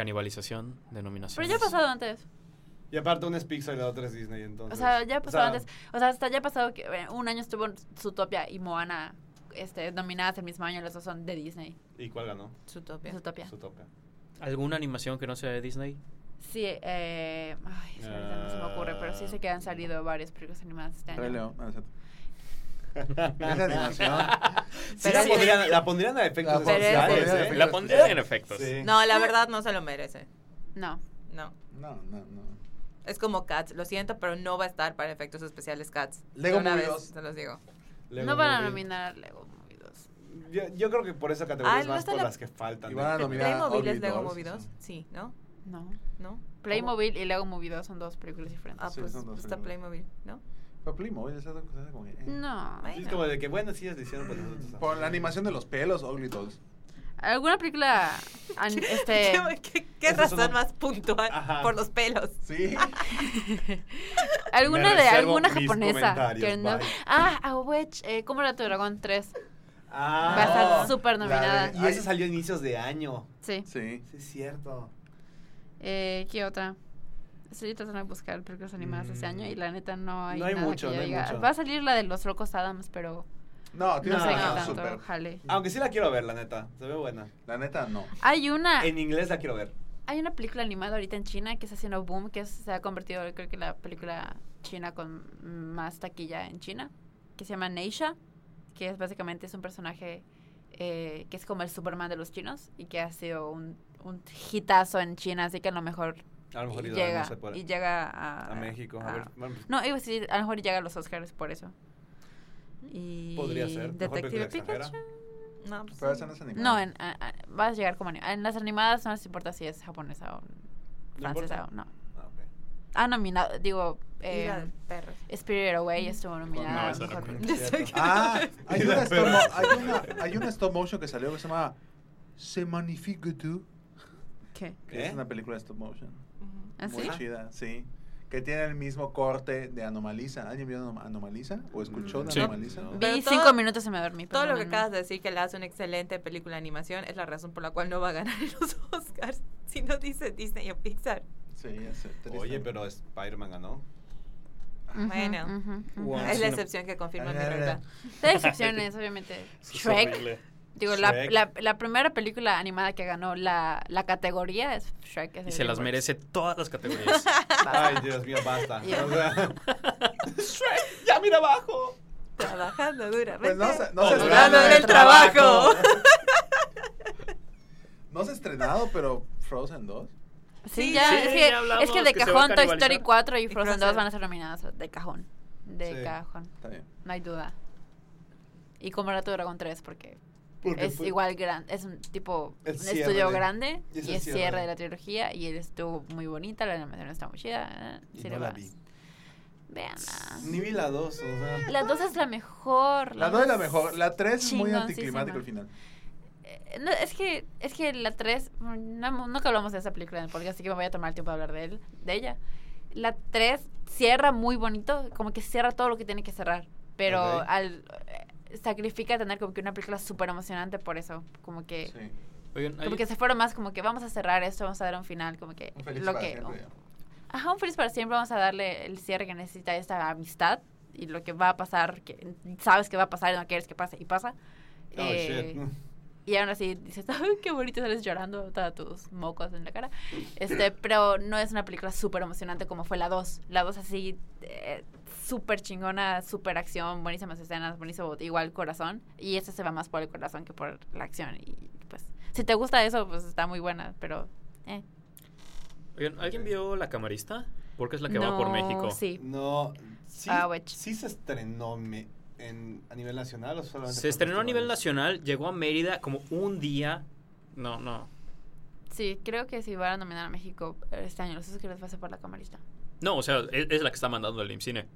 S2: canibalización de nominaciones.
S4: Ah. Pero ya ha pasado antes.
S1: Y aparte una es Pixar y la otra es Disney, entonces.
S4: o sea, ya ha
S1: o
S4: pasado
S1: sea,
S4: antes. O sea, hasta ya ha pasado que bueno, un año estuvo Zootopia y Moana este, nominadas el mismo año. Las dos son de Disney.
S1: ¿Y cuál ganó?
S3: Zootopia.
S4: Zootopia.
S1: Su toca.
S2: ¿Alguna animación que no sea de Disney?
S4: Sí, eh. Ay, sí, ahorita no se me ocurre, pero sí sé que han salido varias películas animadas este año.
S5: Rey León. Ah, es cierto. Esa animación.
S1: Sí,
S3: Pero
S1: la,
S3: es-
S1: pondrían, la pondrían a efectos
S5: La pon-
S3: Pero es-
S1: especiales,
S5: pondrían a
S1: ¿eh?
S2: La pondría en efectos.
S1: Sí.
S3: No, la verdad no se lo merece.
S4: No.
S3: No.
S5: No, no, no.
S3: Es como Cats. Lo siento, pero no va a estar para efectos especiales Cats.
S5: Lego
S3: De una
S5: Movie
S3: vez,
S5: 2.
S3: se los digo.
S1: Lego
S4: no van a
S1: Movie.
S4: nominar a Lego Movie 2.
S1: Yo, yo creo que por esa categoría
S3: Ah,
S1: es
S3: ¿no
S1: más
S3: está
S1: por
S3: la-
S1: las que faltan. ¿eh?
S5: Y
S1: ¿no?
S5: van a nominar a
S3: Playmobil es
S5: Ugly
S3: Lego
S5: Dolls,
S3: Movie
S5: o
S3: 2.
S5: sea.
S3: Sí, ¿no?
S4: No.
S3: ¿No?
S4: Playmobil y Lego Movie 2 son dos películas diferentes.
S3: Ah,
S5: Sí,
S3: pues
S5: son dos
S3: está
S5: películas.
S3: Playmobil, ¿no?
S5: Pero Playmobil, esa cosa como que, eh.
S4: No.
S1: Sí, es como de que, bueno, sí, es diciendo pues nosotros.
S5: Por la animación de los pelos, Ugly Dolls.
S4: ¿Alguna película an- este
S3: ¿Qué, qué- qué
S1: Eso es
S3: razón
S1: una-
S3: más puntual
S1: Ajá.
S3: por los pelos?
S5: Sí.
S4: alguna
S1: Me
S4: de
S1: reservo
S4: alguna
S1: mis
S4: japonesa
S1: comentarios,
S4: que no
S1: bye.
S4: Ah, a Witch, eh, ¿cómo era tu dragón 3?
S1: Ah,
S4: Va a estar
S5: no.
S4: súper nominada.
S5: La de-
S1: Y eso salió a inicios de año.
S4: Sí.
S5: Sí.
S1: Sí, es cierto.
S4: Eh, ¿qué otra? Estoy tratando de buscar películas animadas este año y la neta no hay,
S1: Mm. No hay
S4: nada
S1: mucho,
S4: que yo
S1: no hay
S4: diga.
S1: mucho.
S4: Va a salir la de los locos Adams, pero
S5: No,
S4: no,
S5: tiene
S4: sé
S5: una
S4: qué
S1: Ah,
S4: tanto,
S5: animación súper.
S4: jale.
S1: Aunque sí la quiero ver, la neta. Se ve buena.
S5: La neta, no.
S4: Hay una
S1: En inglés la quiero ver.
S4: Hay una película animada ahorita en China que está haciendo boom, que es- se ha convertido, creo que la película china con más taquilla en China, que se llama Neisha, que es básicamente es un personaje eh, que es como el Superman de los chinos y que ha sido un, un hitazo en China, así que a lo mejor,
S1: A lo mejor y la
S4: llega, Ah.
S1: vemos por-
S4: y llega a,
S1: a México. A
S4: a-
S1: ver, bueno, pues,
S4: No, iba a decir, a lo mejor llega a los Oscars por eso. Y
S1: podría ser. Mejor
S4: Detective
S1: película
S4: Pikachu.
S1: extranjera.
S3: No, pues,
S5: Pero esa no es animada.
S4: No, en, a- a- vas a llegar como anima- En las animadas no les importa si es japonesa o
S1: ¿No
S4: francesa
S1: importa?
S4: o no.
S1: Ah, ok.
S4: Ah, nominado, digo,
S3: y la
S4: eh,
S3: de perros.
S4: Spirit Away estuvo nominada.
S2: No,
S4: a
S2: esa no
S4: mejor
S2: cuenta.
S4: película.
S5: Ah, hay
S1: Y la
S5: una, stop
S1: perra.
S5: mo- hay, una, hay una stop motion que salió que se llama Se Magnifique Deux,
S4: ¿Qué?
S5: que
S1: ¿Eh?
S5: es una película de stop motion.
S3: Ujú.
S4: ¿Ah,
S5: Muy
S4: sí?
S5: chida, sí. Que tiene el mismo corte de Anomaliza. ¿Alguien vio Anom- Anomaliza? ¿O escuchó de
S2: Sí.
S5: Anomaliza?
S1: No.
S4: Vi
S3: Pero todo-
S4: cinco minutos y me dormí.
S3: Todo lo que
S4: perdónenme.
S3: acabas de decir que le hace una excelente película de animación es la razón por la cual no va a ganar en los Oscars si no dice Disney o Pixar.
S5: Sí, ya sé. triste.
S1: Oye, pero Spider-Man ganó.
S4: Ujú,
S3: Bueno.
S4: ujú, ujú.
S2: Wow.
S3: es la
S2: sí, no.
S3: excepción que confirma mi
S5: Ah,
S3: regla.
S4: Hay excepciones, obviamente. Shrek. Digo, la-
S1: Shrek.
S4: La, la primera película animada que ganó la, la categoría es Shrek. es de
S2: Y se las
S4: DreamWorks.
S2: merece todas las categorías.
S1: Ay, Dios mío, basta.
S4: Ya.
S1: O sea, Shrek, ya mira abajo.
S3: Trabajando duramente.
S5: Pues no, se- no,
S1: O sea,
S5: se estrenó.
S3: Durando en el trabajo.
S5: No se ha estrenado, pero Frozen 2.
S4: Sí,
S3: Sí,
S4: ya,
S3: sí,
S4: es,
S2: ya
S4: que, es
S2: hablamos
S4: que de
S2: que se va a
S4: cajón Toy
S2: canibalizar.
S4: Story 4 y
S3: Y
S4: Frozen 2
S3: Frozen.
S4: van a ser nominadas. De cajón. De
S1: Sí.
S4: cajón.
S5: Está bien.
S4: No hay duda. Y como era tu Dragon 3, porque
S1: Porque
S4: es
S1: fue-
S4: igual grande, es un tipo,
S1: El
S4: un
S1: cierre
S4: estudio
S1: de-
S4: grande
S1: y
S4: y
S1: es
S4: es,
S1: el
S4: cierre,
S1: cierre.
S4: de la trilogía y él estuvo muy bonita, la animación está muy chida. eh,
S1: Y
S4: sí
S1: no
S4: le
S1: la
S4: vas.
S1: vi.
S4: Véanla.
S1: Ni vi la 2, o sea.
S4: La 2 es la mejor.
S5: La 2 es la mejor. La 3 es muy
S4: Chingoncísima.
S5: anticlimático al final.
S4: Eh, no, es que es que la 3 no, nunca hablamos de esa película en el podcast, así que me voy a tomar el tiempo de hablar de él, de ella. La 3 cierra muy bonito, como que cierra todo lo que tiene que cerrar, pero
S1: Ok.
S4: al eh, sacrifica tener como que una película súper emocionante por eso, como que
S5: Sí.
S2: Oigan, hay-
S4: como que se fueron más como que vamos a cerrar esto, vamos a dar un final, como que
S5: Un feliz
S4: lo
S5: para
S4: que oh.
S5: siempre.
S4: Ajá, un feliz para siempre, vamos a darle el cierre que necesita esta amistad y lo que va a pasar, que sabes que va a pasar y no quieres que pase y pasa.
S1: Oh,
S4: Eh,
S1: shit.
S4: y aún así dices, ay, qué bonito sales llorando, todos tus mocos en la cara. Este, pero no es una película súper emocionante como fue la 2. La 2 así, eh, súper chingona, súper acción, buenísimas escenas, buenísimo igual corazón. Y esta se va más por el corazón que por la acción. Y pues, si te gusta eso, pues está muy buena, pero... Eh.
S2: oigan, ¿alguien vio La Camarista? Porque es la que va
S4: No,
S2: por México.
S4: Sí.
S1: No. Sí,
S4: Ah, which.
S1: sí se estrenó me- en, a nivel nacional o solamente.
S2: Se
S1: fue
S2: estrenó a nivel
S1: festivales?
S2: nacional, llegó a Mérida como un día. No, no.
S4: Sí, creo que si van a nominar a México este año, los que les va a hacer por la camarista.
S2: e-, No, o sea, es, es la que está mandando el IMCINE.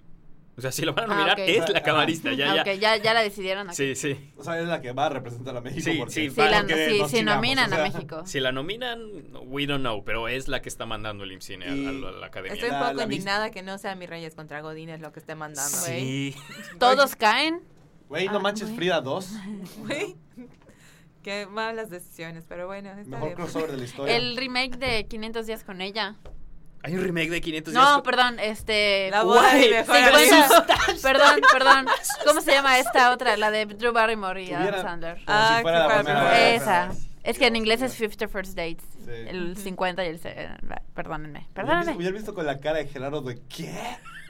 S2: O sea, si lo van a
S4: Ah,
S2: nominar,
S4: ok. Ah,
S2: es la camarista. Ya, ya.
S4: Aunque ya, ya la decidieron. acá.
S2: Sí, sí.
S1: O sea, es la que va a representar a México.
S2: Sí,
S1: porque-
S2: sí,
S4: Sí, la-
S1: porque
S4: sí,
S1: nos
S4: sí
S1: chingamos,
S4: nominan
S1: o sea,
S4: a México.
S2: Si la nominan, we don't know, pero es la que está mandando el IMCINE a,
S1: Y-
S2: a la- a la academia.
S3: Estoy un
S1: La-
S3: poco
S1: la
S3: indignada que no sea mi Reyes contra Godínez lo que esté mandando. güey.
S4: ¿eh?
S2: Sí.
S4: Todos caen.
S1: Güey, no
S4: Ah,
S1: manches,
S4: güey.
S1: Frida 2.
S3: Güey. Qué malas decisiones, pero bueno, está
S1: Mejor
S3: bien.
S1: crossover de la historia.
S4: El remake de 500 días con ella.
S2: Hay un remake de 500 días
S4: No,
S2: con-
S4: perdón, este.
S3: La
S4: Uy,
S3: boda de mi mejor
S4: 50
S3: amigo.
S4: Perdón, perdón. ¿Cómo se llama esta otra? La de Drew Barrymore y Adam
S1: Tuviera-
S4: Sandler.
S1: Como
S3: Ah,
S1: si fuera
S3: que
S1: la
S3: fuera
S1: primera
S3: primera
S1: vez.
S4: Esa. Es que en
S1: Dios,
S4: inglés es
S1: Dios.
S4: 50 First Dates.
S1: Sí.
S4: El 50 y el. se- eh, Perdónenme,
S1: Hubiera
S4: perdónenme.
S1: hubiera visto con la cara de Gerardo de ¿qué?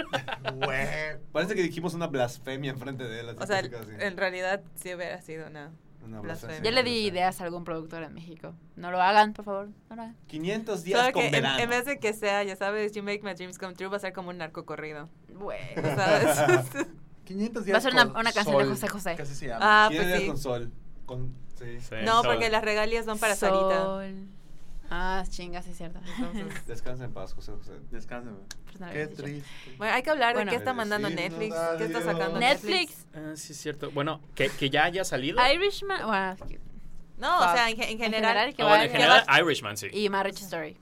S5: Güey.
S1: Parece que dijimos una blasfemia enfrente de él. así
S3: O sea,
S1: casi, casi.
S3: en realidad sí hubiera sido una.
S1: Una
S3: blasfemia.
S4: Ya le di ideas a algún productor en México. No lo hagan, por favor. No lo hagan.
S1: 500 días
S3: Solo
S1: con
S3: que en,
S1: verano.
S3: en vez de que sea, ya sabes, You Make My Dreams Come True, va a ser como un narco corrido.
S4: Güey.
S3: ¿Sabes?
S5: 500 días
S4: Va a ser una,
S5: con
S4: una canción de
S5: sol.
S4: José José.
S5: Casi se llama.
S3: ah,
S1: 500
S3: pues
S1: días
S3: sí.
S1: con sol. Con, sí.
S2: Sí,
S3: No,
S2: sabe.
S3: porque las regalías son para Sarita.
S4: Sol. Ah, chingas, es cierto.
S3: Entonces,
S1: Descansa en paz, José José.
S5: Descánsame.
S4: Pues no lo
S5: Qué
S4: habías dicho.
S5: triste.
S3: Bueno, hay que hablar
S4: Bueno.
S3: de qué está mandando
S1: Bendecido
S3: Netflix. ¿Qué está sacando
S1: Dios.
S4: Netflix,
S2: Ah, sí, es cierto. Bueno, que, que ya haya salido.
S4: Irishman. Bueno,
S3: No, o
S4: Fuck.
S3: sea, en, ge- en
S4: En
S3: general.
S4: general, que
S2: Ah, bueno,
S4: va-
S2: en
S4: que
S2: general,
S4: va-
S2: Irishman, sí.
S4: Y Marriage Story.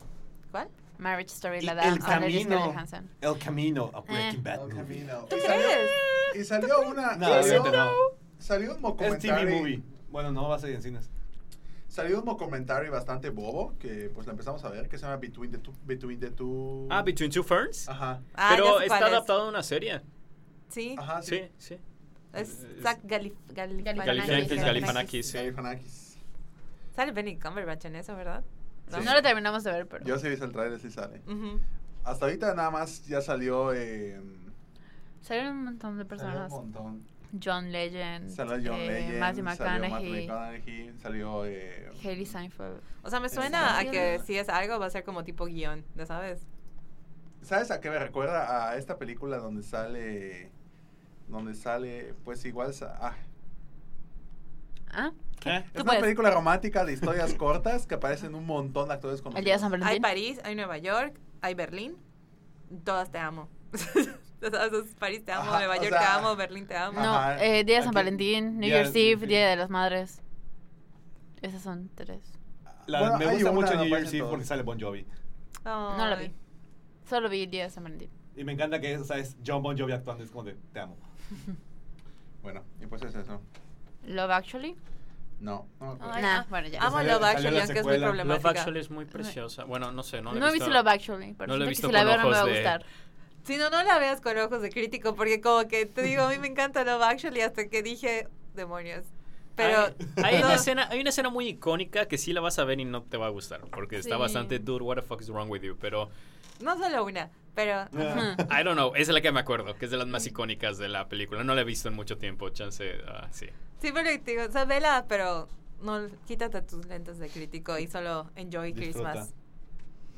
S3: ¿Cuál?
S4: Marriage Story,
S1: Y
S4: la
S1: El
S4: de Scarlett
S1: Camino.
S4: Johansson.
S1: El Camino, a Breaking
S4: Eh.
S1: Bad
S5: El
S1: movie.
S5: camino.
S3: ¿Tú
S5: Y salió-
S3: crees?
S5: Y salió una.
S1: No,
S5: salió,
S1: obviamente no.
S5: salió un
S1: Es
S5: documental.
S1: TV movie. Bueno, no va a salir en cines.
S5: Salió un documentary bastante bobo que pues la empezamos a ver que se llama Between the Two. Between the Two.
S2: Ah, Between Two Ferns.
S5: Ajá.
S3: Ah, ya
S2: pero
S3: sé
S2: está
S3: cuál es.
S2: adaptado a una serie.
S3: Sí,
S5: Ajá, sí.
S2: Ah, Sí, sí.
S3: es
S2: Es-
S3: Zach Galif Galifianakis.
S2: Galifianakis,
S4: Galifianakis.
S2: Galifianakis, sí.
S5: Galifianakis.
S3: Sale Benny Cumberbatch en eso, ¿verdad?
S5: Sí.
S4: No lo terminamos de ver, pero.
S5: Yo sí vi el trailer, sí sale.
S3: Ujú.
S5: Hasta ahorita nada más ya salió. Eh,
S4: Salieron un montón de
S5: salió un
S4: personas.
S5: montón.
S4: John Legend.
S5: Salió John
S4: eh,
S5: Legend.
S4: Matthew
S5: Salió
S4: McConaughey.
S5: McConaughey. Salió. Eh,
S4: Haley Seinfeld.
S3: O sea, me suena a
S4: Está
S3: que
S5: bien.
S3: si es algo va a ser como tipo guión, ¿ya sabes?
S5: ¿Sabes a qué me recuerda? A esta película donde sale. Donde sale. Pues igual. sa- Ah,
S4: ¿Ah?
S2: ¿Eh?
S5: es una
S4: puedes.
S5: película romántica de historias cortas que aparecen un montón de actores conocidos.
S4: El día de San
S3: Hay
S4: Valentín.
S3: París, hay Nueva York, hay Berlín. Todas te amo. Ya sabes, es París te amo,
S5: Ajá,
S3: Nueva
S5: o
S3: York te
S5: sea-
S3: amo, Berlín te amo.
S4: No,
S5: Ajá.
S4: eh, Día de San
S1: Aquí-
S4: Valentín, New
S1: Día de-
S4: Year's Eve,
S1: sí.
S4: Día de las Madres. Esas son tres.
S1: La-
S5: Bueno,
S1: me
S5: hay
S1: gusta
S5: una
S1: mucho New
S5: donde
S1: York
S5: aparecen
S1: City
S5: todos.
S1: porque sale Bon Jovi.
S4: No la
S3: Ay.
S4: vi. Solo vi Día de San Valentín.
S1: Y me encanta que, o sea, es John Bon Jovi actuando, es como de, te amo.
S5: Bueno, y pues es eso.
S4: Love Actually.
S5: No, no me acuerdo.
S4: Ay, Nah,
S3: ah,
S4: bueno, ya.
S3: Amo
S1: Salió-
S3: Love
S1: salió
S3: Actually,
S1: la
S3: aunque es muy
S1: secuela. Love
S2: Love
S3: problemática.
S2: Actually es muy preciosa. Bueno, no sé, no
S4: No,
S2: la
S4: he visto Love Actually, pero
S2: no la he visto
S4: siento que si la
S2: con
S4: veo no me va a
S2: ojos de-
S4: gustar.
S3: Si no, no la veas con ojos de crítico, porque como que te digo, a mí me encanta Love Actually hasta que dije, demonios. Pero
S2: hay, hay
S3: no,
S2: una escena, hay una escena muy icónica que sí la vas a ver y no te va a gustar. Porque está
S4: Sí.
S2: bastante, dude, what the fuck is wrong with you? Pero,
S3: no solo una, pero
S4: Ajá.
S2: I don't know, es la que me acuerdo, que es de las más icónicas de la película. No la he visto en mucho tiempo, chance, ah, sí.
S3: sí, pero te digo, o sea, vela, pero no, quítate tus lentes de crítico y solo enjoy
S1: Disfruta.
S3: Christmas.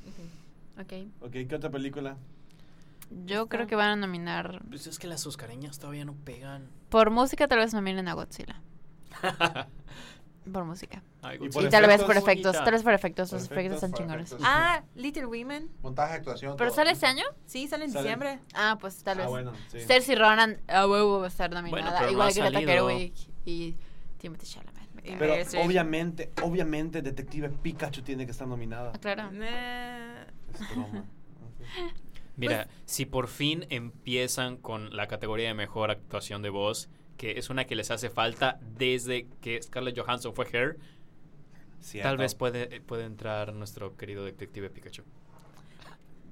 S3: Ujú.
S4: Ok.
S1: Ok, ¿qué otra película?
S4: Yo creo que van a nominar.
S2: Pues es que las oscareñas todavía no pegan.
S4: Por música, tal vez nominen a Godzilla. Por música.
S2: Ay,
S1: Y
S4: Y
S1: Por
S2: Godzilla.
S4: tal vez
S1: efectos,
S4: por efectos.
S2: bonita.
S4: Tal vez por efectos. Los
S5: Por
S4: efectos
S5: efectos,
S4: están
S5: por
S4: chingones.
S5: efectos.
S3: Ah, Little Women.
S5: Montaje, actuación.
S4: ¿Pero
S5: todo.
S4: sale este año?
S3: Sí, sale en
S1: Sale.
S3: diciembre.
S4: Ah, pues tal
S1: ah,
S4: vez.
S1: bueno, sí.
S4: Cersei Ronan a huevo va a estar nominada.
S2: Bueno, pero no
S4: Igual
S2: ha
S4: Greta
S2: salido.
S4: Gerwig y Timothy Chalamet. Me cae.
S1: Pero
S3: Meryl Streep.
S1: obviamente, obviamente Detective Pikachu tiene que estar nominada.
S4: Ah, claro.
S3: Nah.
S1: Es broma.
S2: Mira, si por fin empiezan con la categoría de mejor actuación de voz, que es una que les hace falta desde que Scarlett Johansson fue Hair,
S1: Cierto.
S2: tal vez puede, eh, puede entrar nuestro querido detective Pikachu.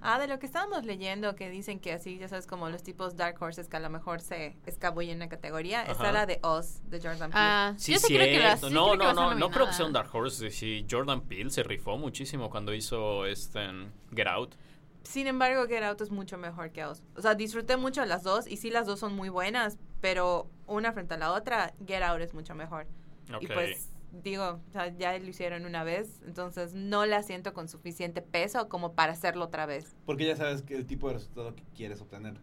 S3: Ah, de lo que estábamos leyendo, que dicen que así, ya sabes, como los tipos Dark Horses que a lo mejor se escabullen en la categoría,
S2: Ajá.
S3: está la de Oz, de Jordan Peele.
S4: Ah,
S2: Sí,
S4: yo sí creo que las.
S2: cierto.
S4: sí
S2: no,
S4: creo que va
S2: no,
S4: a ser
S2: no, no creo que
S4: nominada.
S2: sea un Dark Horse. Sí, Jordan Peele se rifó muchísimo cuando hizo este en Get Out.
S3: Sin embargo, Get Out es mucho mejor que Oz. O sea, disfruté mucho las dos y sí las dos son muy buenas, pero una frente a la otra, Get Out es mucho mejor.
S2: Ok.
S3: Y pues digo, o sea, ya lo hicieron una vez, entonces no la siento con suficiente peso como para hacerlo otra vez.
S1: Porque ya sabes que el tipo de resultado que quieres obtener.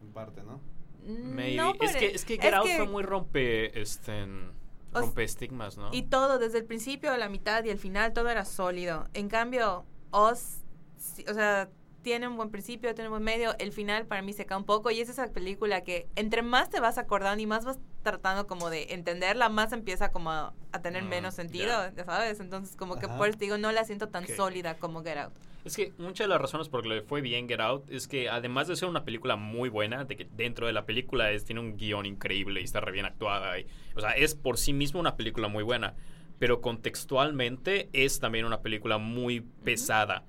S1: En parte, ¿no?
S3: Mm,
S2: Maybe.
S3: no,
S2: es,
S3: pero-
S2: que, es que Get
S3: es
S2: Out
S3: que-
S2: fue muy rompe, este, en-
S3: O
S2: rompe estigmas, ¿no?
S3: Y todo, desde el principio, la mitad y el final, todo era sólido. En cambio, Oz, sí, o sea, tiene un buen principio, tiene un buen medio. El final para mí se cae un poco y es esa película que entre más te vas acordando y más vas tratando como de entenderla, más empieza como a, a tener
S2: Mm,
S3: menos
S2: ya.
S3: sentido, ya sabes. Entonces como que
S1: Ajá.
S3: por eso te digo, no la siento tan
S2: Ok.
S3: sólida como Get Out.
S2: Es que muchas de las razones por las que le fue bien Get Out es que además de ser una película muy buena, de que dentro de la película es, tiene un guión increíble y está re bien actuada, y- o sea, es por sí mismo una película muy buena, pero contextualmente es también una película muy pesada.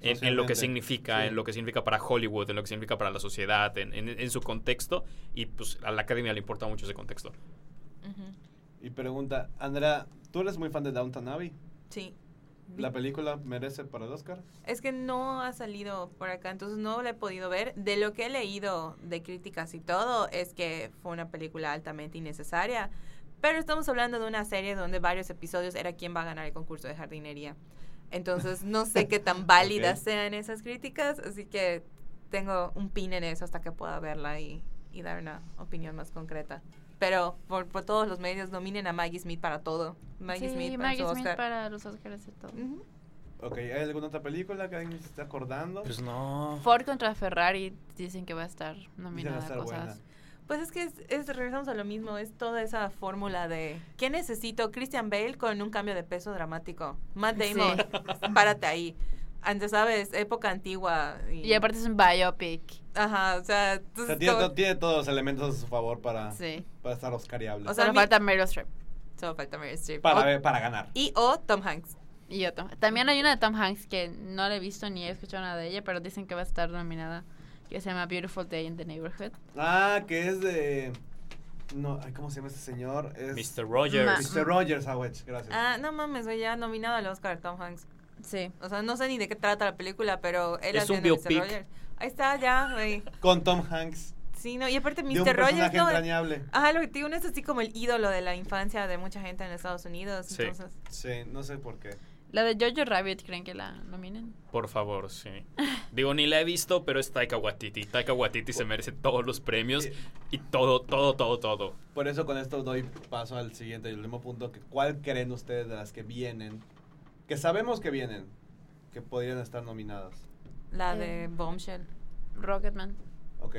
S2: En, en lo que
S1: Socialmente,
S2: significa,
S1: sí.
S2: en lo que significa para Hollywood, en lo que significa para la sociedad, en, en- en su contexto, y pues a la academia le importa mucho ese contexto.
S3: Ujú.
S1: Y pregunta, Andrea, ¿tú eres muy fan de Downton Abbey?
S3: Sí.
S1: ¿La película merece para el Oscar?
S3: Es que no ha salido por acá, entonces no la he podido ver. De lo que he leído de críticas y todo, es que fue una película altamente innecesaria. Pero estamos hablando de una serie donde varios episodios era quién va a ganar el concurso de jardinería. Entonces no sé qué tan válidas
S1: Ok.
S3: sean esas críticas, así que tengo un pin en eso hasta que pueda verla y, y dar una opinión más concreta. Pero por, por todos los medios nominen a Maggie Smith para todo. Maggie
S4: sí,
S3: Smith para
S4: Maggie
S3: su
S4: Smith
S3: Oscar.
S4: para los Oscars y todo.
S3: Ujú.
S1: Ok, ¿hay alguna otra película que alguien se está acordando?
S2: Pues no.
S4: Ford contra Ferrari dicen que va a estar
S1: Dicen va
S4: nominada
S1: a
S4: a
S1: estar buena.
S4: cosas.
S3: Pues es que es, es- regresamos a lo mismo, es toda esa fórmula de ¿qué necesito? Christian Bale con un cambio de peso dramático. Matt
S4: Sí.
S3: Damon, párate ahí. Antes, ¿sabes? Época antigua. Y,
S4: Y aparte es un biopic.
S3: Ajá, o sea,
S1: O
S3: entonces
S1: sea, tiene,
S3: como-
S1: to- tiene todos los elementos a su favor para,
S4: Sí.
S1: para estar oscariable.
S3: O
S4: O
S3: sea,
S4: sea,
S3: a
S4: Solo
S3: mí-
S4: falta Meryl Streep.
S3: solo falta Meryl Streep.
S1: para,
S3: O-
S1: ver- para ganar.
S3: y o Tom Hanks.
S4: Y yo tam- También hay una de Tom Hanks que no la he visto ni he escuchado nada de ella, pero dicen que va a estar nominada. Que se llama Beautiful Day in the Neighborhood.
S1: Ah, que es de... No, ay, ¿cómo se llama este señor? Es
S2: Mr. Rogers.
S1: Mr. Rogers, ah, güey, gracias.
S3: mm. Ah, no mames, güey, ya nominado al Oscar Tom Hanks.
S4: Sí.
S3: O sea, no sé ni de qué trata la película, pero él
S2: Es
S3: haciendo
S2: un
S3: Mr.
S2: biopic.
S3: Rogers. Ahí está, ya, güey.
S1: Con Tom Hanks.
S3: Sí, no, y aparte
S1: de un
S3: Mr. Rogers, Ah.
S1: personaje
S3: no,
S1: entrañable.
S3: Ajá, lo que te digo, no es así como el ídolo de la infancia de mucha gente en Estados Unidos.
S2: Sí.
S3: Entonces,
S1: Sí, no sé por qué.
S4: La de Jojo Rabbit, ¿creen que la nominen?
S2: Por favor, sí. Digo, ni la he visto, pero es Taika Waititi. Taika Waititi se merece todos los premios
S1: Eh,
S2: y todo, todo, todo, todo.
S1: Por eso con esto doy paso al siguiente y último punto, que cuál creen ustedes de las que vienen, que sabemos que vienen, que podrían estar nominadas.
S3: la
S4: Eh.
S3: de Bombshell.
S4: Rocketman.
S1: Ok.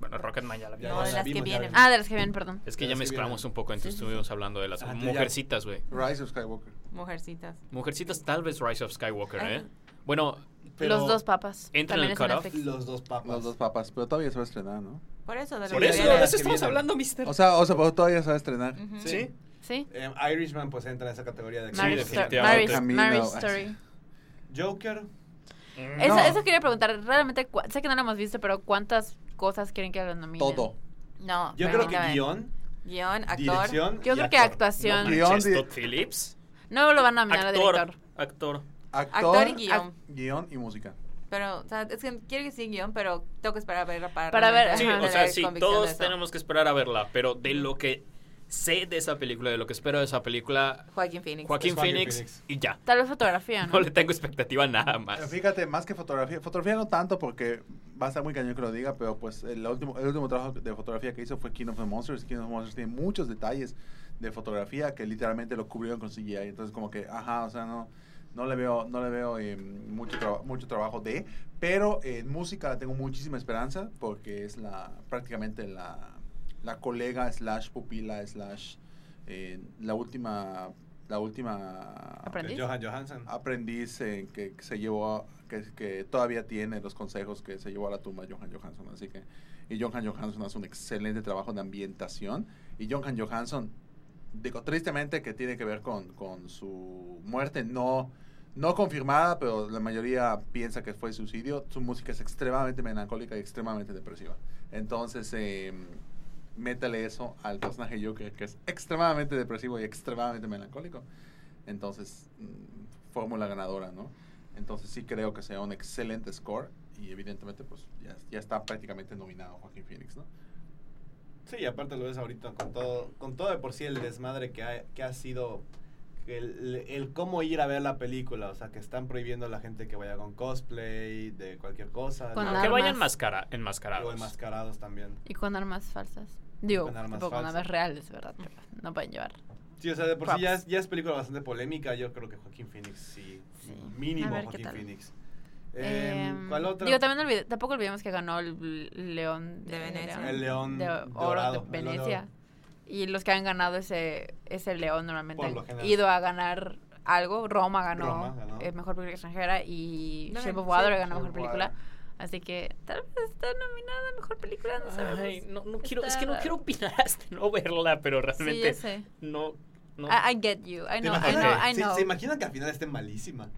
S2: Bueno, Rocketman ya la vi.
S1: Ya
S3: No, de
S1: la
S3: las que
S1: vimos, ya
S3: vienen.
S1: la
S4: Ah, de las que vienen, perdón.
S2: Es que
S1: Ya
S2: ya
S1: sí
S2: mezclamos
S1: vienen.
S2: un poco, entonces
S4: Sí, sí, sí.
S2: estuvimos hablando de las
S1: Ah, tú ya-
S2: mujercitas, güey.
S5: Rise of Skywalker.
S3: Mujercitas.
S2: Mujercitas, tal vez Rise of Skywalker,
S3: Ah.
S2: ¿eh? Bueno,
S1: vimos. Pero
S4: los dos papas.
S2: ¿entra en
S4: También
S2: el
S4: es en
S2: cutoff?
S4: Netflix.
S1: Los dos papas.
S5: Los dos papas. Pero todavía se va a estrenar, ¿no?
S3: Por eso, de lo
S2: por
S3: que
S1: Sí,
S2: eso,
S1: de
S2: de
S3: viene.
S1: las
S2: eso
S1: que
S2: estamos
S1: vienen.
S2: hablando, mister.
S5: O sea, o sea, pero todavía se va a estrenar.
S3: Ujú.
S1: Sí.
S4: Sí.
S1: Em, Irishman pues entra en esa categoría de...
S2: Sí,
S4: Marriage
S1: acción.
S4: Sto-
S2: definitivamente.
S4: Marriage-
S5: Camino,
S4: Marriage
S5: así.
S4: Story.
S1: Joker.
S4: Eso,
S5: No.
S4: eso quería preguntar. Realmente, cua- sé que no lo hemos visto, pero ¿cuántas cosas quieren que lo nominen?
S5: Todo.
S3: No,
S1: Yo
S4: Ah, Pero
S1: creo que
S4: mira,
S1: guión,
S3: guión, actor.
S1: dirección
S4: Yo
S1: y
S4: creo
S1: actor.
S4: que
S2: No
S4: actuación.
S5: Guión,
S2: manches,
S5: di-
S2: Todd Phillips.
S4: No, lo van a nominar a
S2: Actor.
S4: director.
S2: Actor.
S5: Actor,
S3: Actor y guión.
S5: guión y música.
S3: Pero, o sea, es que quiero que sí guión, pero tengo que esperar a verla para.
S4: Para ver,
S3: realmente
S2: Sí,
S4: Ajá.
S2: o
S3: tener
S2: sea, sí,
S3: convicción de
S2: todos
S3: eso.
S2: tenemos que esperar a verla, pero de lo que sé de esa película, de lo que espero de esa película,
S3: Joaquín Phoenix.
S2: Joaquín
S1: Es Joaquín
S2: Phoenix,
S1: Phoenix.
S2: y ya.
S4: Tal vez fotografía,
S2: No
S4: ¿no?
S2: le tengo expectativa a nada
S5: Pero
S2: más.
S5: Fíjate, más que fotografía, fotografía no tanto porque va a estar muy cañón que lo diga, pero pues el último, el último trabajo de fotografía que hizo fue King of the Monsters. King of the Monsters tiene muchos detalles de fotografía que literalmente lo cubrieron con CGI. Entonces como que, ajá, o sea, no, no le veo, no le veo eh, mucho, traba- mucho trabajo de, pero en música la tengo muchísima esperanza porque es la prácticamente la, la colega slash pupila slash eh, la última la última
S4: Aprendiz.
S1: De Johan Johansson.
S5: aprendiz eh, que, que se llevó a- que, que todavía tiene los consejos que se llevó a la tumba Johan Johansson así que y Johan Johansson hace un excelente trabajo de ambientación y Johan Johansson digo tristemente que tiene que ver con, con su muerte no no confirmada pero la mayoría piensa que fue suicidio su música es extremadamente melancólica y extremadamente depresiva entonces eh, métale eso al personaje Joker que es extremadamente depresivo y extremadamente melancólico entonces, mm, fórmula ganadora, ¿no? Entonces sí creo que sea un excelente score y evidentemente pues ya, ya está prácticamente nominado Joaquín Phoenix, ¿no?
S1: Sí, y aparte lo ves ahorita con todo, con todo de por sí el desmadre que ha, que ha sido el, el cómo ir a ver la película. O sea, que están prohibiendo a la gente que vaya con cosplay, de cualquier cosa.
S4: Con
S1: ¿no?
S2: Que
S4: armas.
S2: vayan mascara, enmascarados.
S1: O enmascarados también.
S4: Y con armas falsas. Digo,
S1: Con armas
S4: tipo, con
S1: falsas.
S4: armas reales, ¿verdad? Pero no pueden llevar.
S1: Sí, o sea, de por sí ya
S4: Props.
S1: es, ya es película bastante polémica. Yo creo que Joaquín Phoenix sí.
S4: Sí. A
S1: Mínimo
S4: ver qué
S1: Joaquín
S4: tal.
S1: Phoenix. Em,
S4: Em,
S1: ¿Cuál otra?
S4: Digo, también olvide- tampoco olvidemos que ganó el León
S3: De Venecia.
S1: El león
S4: de oro
S1: dorado,
S4: de
S1: el
S4: Venecia. Y los que han ganado ese, ese león normalmente
S1: Por lo
S4: han
S1: general.
S4: ido a ganar algo. Roma ganó,
S1: Roma ganó.
S4: eh, mejor película extranjera y
S3: No,
S4: Shape of
S3: sí,
S4: Water
S3: Shape
S4: ganó
S5: of
S4: mejor película.
S5: Water.
S4: Así que tal vez está nominada a mejor película, no sabemos.
S2: Ay, no, no quiero, es
S4: Está
S2: que no
S4: raro.
S2: quiero opinar hasta no verla, pero
S4: Sí,
S2: realmente
S4: ya sé.
S2: no, no.
S4: I, I get you.
S1: ¿Te
S4: I know, I
S1: imaginas?
S4: know, I
S1: ¿Se-
S4: know.
S1: ¿Se imaginan que al final esté malísima?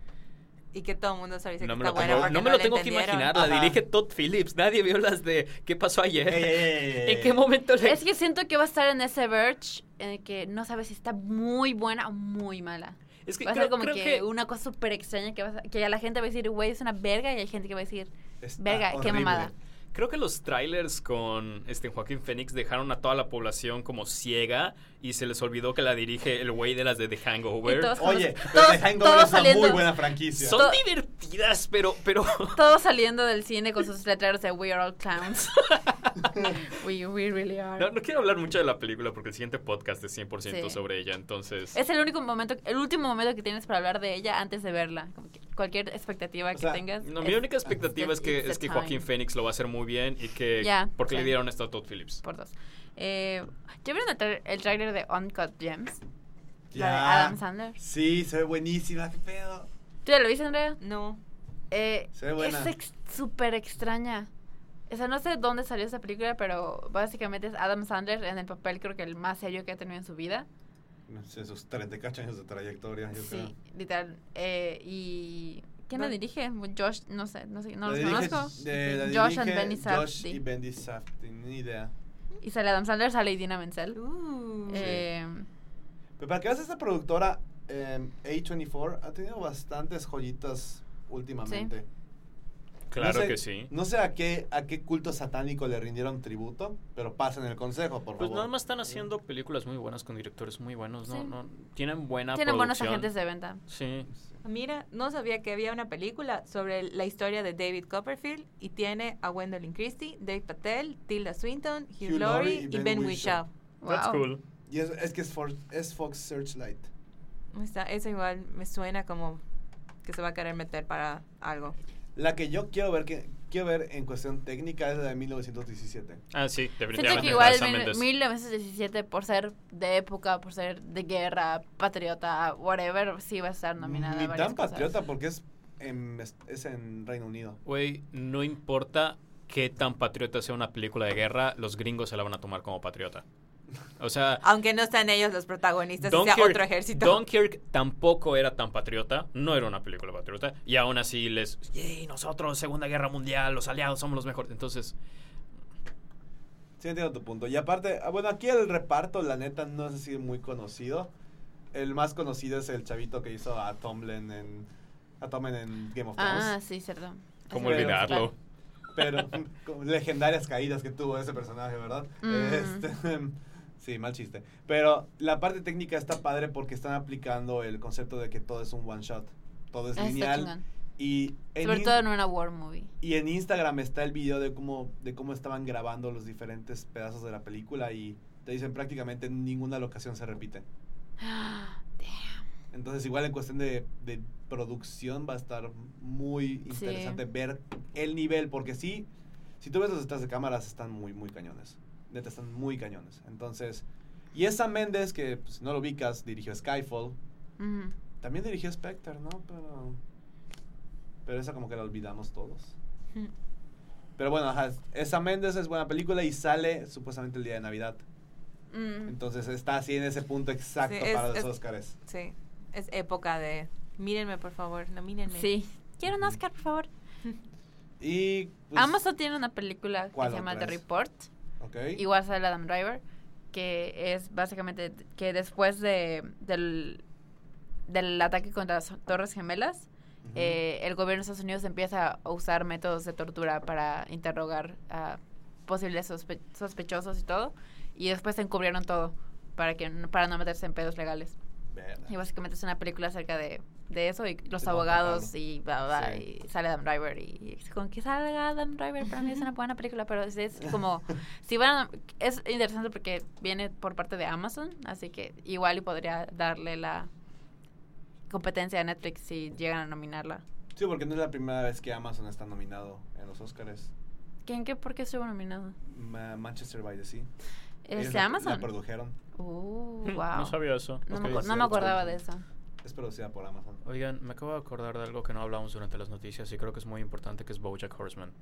S3: Y que todo el mundo se dice
S2: No
S3: que
S2: me
S3: está
S2: lo
S3: buena
S2: tengo,
S3: porque
S2: no me
S3: no
S2: lo
S3: la
S2: tengo que
S3: entendieron.
S2: imaginar. La
S1: Ajá.
S2: dirige Todd Phillips. Nadie vio las de ¿Qué pasó ayer?
S1: Ey, ey, ey, ey,
S2: ¿En
S1: ey.
S2: qué momento le.?
S4: Es que siento que va a estar en ese verge en el que no sabes si está muy buena o muy mala.
S2: es que
S4: va a
S2: creo,
S4: ser como
S2: creo
S4: que, una cosa súper extraña que, vas a- que ya la gente va a decir, güey, es una verga. Y hay gente que va a decir,
S1: Está
S4: verga, qué
S1: horrible.
S4: mamada.
S2: Creo que los trailers con este Joaquín Phoenix dejaron a toda la población como ciega y se les olvidó que la dirige el güey de las de The Hangover.
S4: Y todos-
S1: Oye,
S4: Todos-
S1: pero The Hangover
S4: todos
S1: es una
S4: saliendo.
S1: muy buena franquicia.
S2: Son divertidas, pero, pero
S4: Todos saliendo del cine con sus letreros de We are all clowns. we, we really are.
S2: no, no quiero hablar mucho de la película porque el siguiente podcast es 100%
S4: Sí.
S2: sobre ella, entonces...
S4: Es el único momento, el último momento que tienes para hablar de ella antes de verla. Como que cualquier expectativa
S1: O
S4: que
S1: sea,
S4: tengas.
S2: No,
S4: es
S2: mi única expectativa es que,
S4: it's the
S2: es que
S4: time.
S2: Joaquín Phoenix lo va a hacer muy bien y que...
S4: Ya,
S2: porque le
S4: sí.
S2: dieron esto a Todd Phillips.
S4: Por dos. Eh, ¿Ya vieron el, tra- el trailer de Uncut Gems? La de
S1: Ya.
S4: Adam Sandler.
S1: Sí, se ve buenísima, qué pedo.
S4: ¿Tú ya lo viste, Andrea?
S3: No.
S4: Eh,
S1: Se ve buena.
S4: Es ex- súper extraña. O sea, no sé dónde salió esa película, pero básicamente es Adam Sandler en el papel creo que el más serio que ha tenido en su vida.
S1: No sé, sus 38 años de trayectoria, Ah, yo creo.
S4: sí, literal. Eh, y ¿quién la
S3: Bueno.
S4: dirige? Josh, no sé, no sé, no
S1: La
S4: los
S1: dirige-
S4: conozco.
S1: eh, la
S4: Josh and
S1: dirige
S4: Benny
S1: Josh y
S4: Safdie.
S1: Benny Safdie, ni idea.
S4: Y sale Adam Sandler, sale Idina Menzel.
S3: Uh.
S4: Eh,
S1: Pero para que veas, esta productora em, A24 ha tenido bastantes joyitas últimamente.
S2: Claro
S1: No sé-
S2: que sí.
S1: No sé a qué, a qué culto satánico le rindieron tributo, pero pasen el consejo, por favor.
S2: Pues nada más están haciendo películas muy buenas con directores muy buenos, ¿no?
S4: Sí.
S2: No, tienen buena
S4: tienen buenos
S2: producción.
S4: agentes de venta.
S2: Sí.
S3: Eh, Mira, no sabía que había una película sobre la historia de David Copperfield y tiene a Gwendolyn Christie, Dave Patel, Tilda Swinton, Hugh,
S1: Hugh Laurie
S3: Laurie
S1: y
S3: y
S1: Ben
S3: Ben
S1: Whishaw.
S3: Whishaw.
S2: That's
S4: Wow.
S2: cool.
S1: Y es, es que es, for- es Fox Searchlight.
S3: Está, eso igual me suena como que se va a querer meter para algo.
S1: La que yo quiero ver, que, quiero ver en cuestión técnica es la de 1917.
S2: Ah, sí,
S4: Siento
S2: definitivamente.
S4: que igual
S2: Sam
S4: mil-
S2: Mendes.
S4: 1917, por ser de época, por ser de guerra, patriota, whatever, sí va a estar nominada. a
S1: Ni
S4: varias
S1: tan
S4: cosas.
S1: patriota porque es en, es- es en Reino Unido.
S2: Güey, no importa qué tan patriota sea una película de guerra, los gringos se la van a tomar como patriota. O sea,
S3: Aunque no sean ellos los protagonistas, y Este sea
S2: Dunkirk-
S3: otro ejército.
S2: Dunkirk tampoco era tan patriota, no era una película patriota, y aún así les, yay, nosotros, Segunda Guerra Mundial, los aliados somos los mejores. Entonces,
S1: Sí, entiendo tu punto. Y aparte, ah, bueno, aquí el reparto, la neta, no es así muy conocido. El más conocido es el chavito que hizo a Tomlin en, a Tomlin en Game of Thrones.
S4: Ah, sí, cierto.
S2: ¿cómo
S1: Pero-
S2: olvidarlo?
S1: Pero con legendarias caídas que tuvo ese personaje, ¿verdad?
S4: Mm.
S1: Este, sí, mal chiste. Pero la parte técnica está padre porque están aplicando el concepto de que todo es un one shot. Todo es
S4: Ah, está
S1: lineal.
S4: chingón.
S1: Y en
S4: Sobre
S1: in-
S4: todo en una war movie.
S1: Y en Instagram está el video de cómo, de cómo estaban grabando los diferentes pedazos de la película y te dicen prácticamente en ninguna locación se repite. Entonces igual en cuestión de, de producción va a estar muy interesante ver el nivel, porque sí, si tú ves los detrás de cámaras están muy, muy cañones. Neta, están muy cañones. Entonces, y esa Méndez, que pues, si no lo ubicas, dirigió Skyfall,
S4: Ujú.
S1: también dirigió Spectre, ¿no? Pero, pero esa como que la olvidamos todos.
S3: Hmm.
S1: Pero bueno, ajá, esa Méndez es buena película y sale supuestamente el día de Navidad.
S4: Mm.
S1: Entonces está así en ese punto exacto
S3: es-
S1: para los
S3: es-
S1: Óscares.
S3: Sí, es época de... Mírenme, por favor, no mírenme.
S4: Sí. Quiero un Oscar, por favor.
S1: Y... pues,
S4: Amazon tiene una película que
S1: ¿Cuál
S4: se llama
S1: otra
S4: The
S1: es?
S4: Report.
S1: ok.
S4: Igual sale Adam Driver. Que es básicamente que después de, del, del ataque contra las Torres Gemelas,
S1: Ujú.
S4: eh, el gobierno de Estados Unidos empieza a usar métodos de tortura para interrogar a posibles sospe- sospechosos y todo. Y después encubrieron todo para, que, para no meterse en pedos legales.
S1: Verga.
S4: Y básicamente es una película acerca de, de eso y los
S1: cómo
S4: abogados
S1: tratarlo.
S4: y bla, bla, bla,
S1: Sí.
S4: y sale Adam Driver y, y con que salga Adam Driver para mí es una buena película, pero es, es como si van a- es interesante porque viene por parte de Amazon, así que igual y podría darle la competencia a Netflix si llegan a nominarla.
S1: Sí, porque no es la primera vez que Amazon está nominado en los Oscars.
S4: ¿Quién qué? ¿Por qué estuvo nominado?
S1: Ma- Manchester by the Sea.
S4: ¿Es
S1: Ellos
S4: de
S1: la-
S4: Este, Amazon?
S1: La produjeron.
S4: Uh,
S2: Hmm,
S4: wow.
S2: No sabía eso.
S4: No
S1: Ok,
S4: me, acu-
S1: sí,
S4: no
S1: Amazon.
S4: me acordaba de eso.
S1: Es producida por Amazon.
S2: Oigan, me acabo de acordar de algo que no hablamos durante las noticias y creo que es muy importante, que es BoJack Horseman.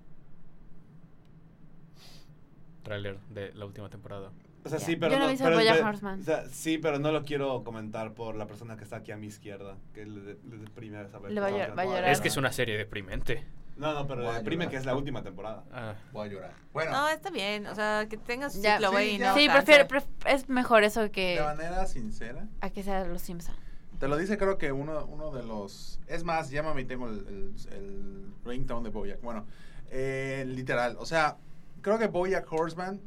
S2: Tráiler de la última temporada.
S1: O sea,
S4: Ya.
S1: sí, pero
S4: Yo no
S1: no,
S4: he visto
S1: pero-
S4: BoJack
S1: pero-
S4: Horseman.
S1: o sea, sí, pero no lo quiero comentar por la persona que está aquí a mi izquierda, que le, de- le deprime a saber.
S4: Le va a llor- va a llorar.
S2: Es que es una serie deprimente.
S1: No, no, pero
S5: Va
S1: le
S5: a
S1: deprime
S5: llorar.
S1: que es la última temporada.
S2: Ah,
S5: Voy a llorar. Bueno,
S3: No, está bien. O sea, que tengas su
S4: Ya.
S3: ciclo, güey.
S5: Sí,
S3: y
S5: ya.
S3: no
S4: sí,
S3: cáncer.
S4: prefiero, pref- es mejor eso que
S5: de manera sincera,
S4: a que sea Los Simpsons.
S5: te lo dice creo que uno, uno de los... Es más, llámame y tengo el, el, el ringtone de Bojack. Bueno, eh, literal, o sea, creo que Bojack Horseman,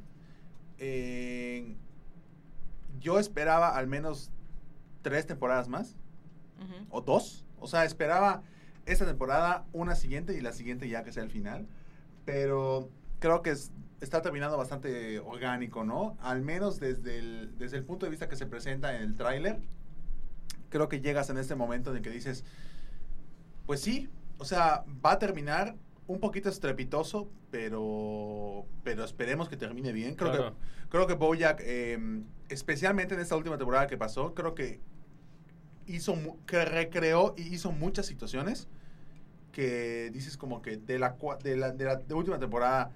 S5: eh, yo esperaba al menos tres temporadas más.
S3: Ujú.
S5: o dos. O sea, esperaba esta temporada, una siguiente y la siguiente ya que sea el final. Pero creo que es- está terminando bastante orgánico, ¿no? Al menos desde el, desde el punto de vista que se presenta en el tráiler. Creo que llegas en este momento en el que dices, pues sí, o sea, va a terminar un poquito estrepitoso, pero, pero esperemos que termine bien. Creo que
S2: claro.
S5: Creo que Bojack, eh, especialmente en esta última temporada que pasó, creo que hizo mu- que recreó y hizo muchas situaciones que dices como que de la cua- de la, de la- de última temporada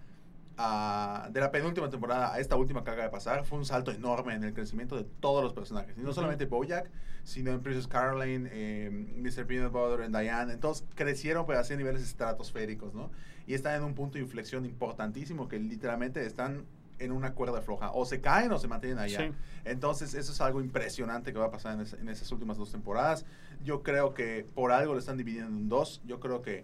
S5: a, de la penúltima temporada a esta última carga de pasar fue un salto enorme en el crecimiento de todos los personajes y no
S2: Ujú.
S5: solamente Bojack sino en Princess Caroline eh, Mr. Peanut Butter en Diane entonces crecieron pero así a niveles estratosféricos ¿no? y están en un punto de inflexión importantísimo que literalmente están en una cuerda floja. O se caen o se mantienen allá.
S2: Sí.
S5: Entonces, eso es algo impresionante que va a pasar en, es- en esas últimas dos temporadas. Yo creo que por algo lo están dividiendo en dos. Yo creo que,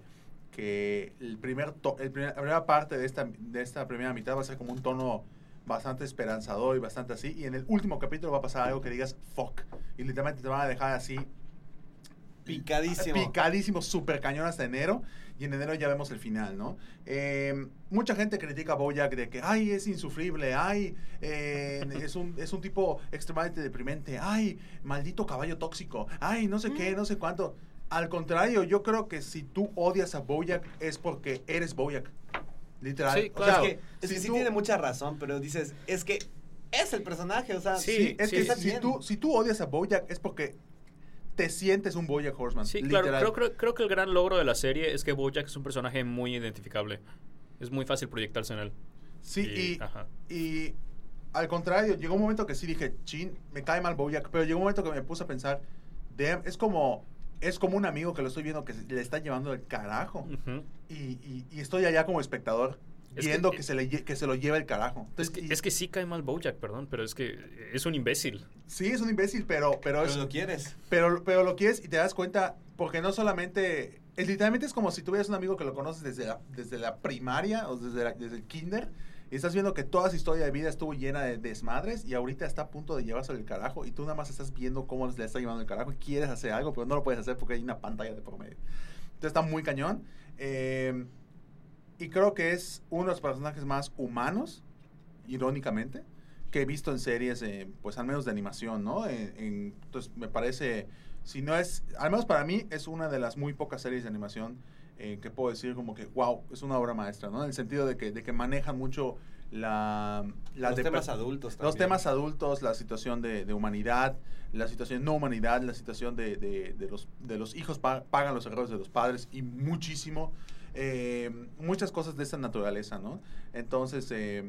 S5: que el primer to- el primer- la primera parte de esta, de esta primera mitad va a ser como un tono bastante esperanzador y bastante así. Y en el último capítulo va a pasar algo que digas fuck. Y literalmente te van a dejar así
S1: Picadísimo.
S5: Picadísimo, super cañón hasta enero. Y en enero ya vemos el final, ¿no? Eh, mucha gente critica a Bojack de que, ay, es insufrible, ay, eh, es, un, es un tipo extremadamente deprimente, ay, maldito caballo tóxico, ay, no sé qué, no sé cuánto. Al contrario, yo creo que si tú odias a Bojack es porque eres Bojack. Literal.
S2: Sí,
S5: O sea,
S2: claro.
S1: Es que, es que sí
S5: tú-
S1: tiene mucha razón, pero dices, es que es el personaje, o sea,
S2: Sí,
S5: Sí, es
S2: sí,
S5: que
S2: está
S5: si tú, si tú odias a Bojack es porque te sientes un Bojack Horseman.
S2: Sí,
S5: literal.
S2: claro. Creo, creo, creo que el gran logro de la serie es que Bojack es un personaje muy identificable. Es muy fácil proyectarse en él.
S5: Sí, y,
S2: ajá.
S5: Y al contrario, llegó un momento que sí dije, chin, me cae mal Bojack, pero llegó un momento que me puse a pensar, damn, es como, es como un amigo que lo estoy viendo que se- le está llevando el carajo.
S2: Ujú.
S5: Y, y- y estoy allá como espectador,
S2: Es que- e
S5: viendo que, se le, lle- que se lo lleva el carajo.
S2: es,
S5: Entonces,
S2: que,
S5: y-
S2: es que sí cae mal Bojack, perdón, pero es que es un imbécil.
S5: sí, es un imbécil, pero, pero,
S1: Pero
S5: es,
S1: lo quieres.
S5: pero, pero lo quieres y te das cuenta, porque no solamente... Es, literalmente es como si tuvieras un amigo que lo conoces desde la, desde la primaria o desde, la- desde el kinder y estás viendo que toda su historia de vida estuvo llena de desmadres y ahorita está a punto de llevarse el carajo y tú nada más estás viendo cómo le está llevando el carajo y quieres hacer algo, pero no lo puedes hacer porque hay una pantalla de por medio. Entonces está muy cañón. eh, y creo que es uno de los personajes más humanos, irónicamente, que he visto en series, eh, pues al menos de animación, ¿no? En- en- entonces me parece, si no es, al menos para mí es una de las muy pocas series de animación eh, que puedo decir como que, wow, es una obra maestra, ¿no? En el sentido de que, de que maneja mucho la... la
S1: los
S5: de-
S1: temas adultos también.
S5: los temas adultos, la situación de, de humanidad, la situación de no humanidad, la situación de, de- de los, de los hijos pa- pagan los errores de los padres y muchísimo, eh, muchas cosas de esta naturaleza, ¿no? Entonces, eh,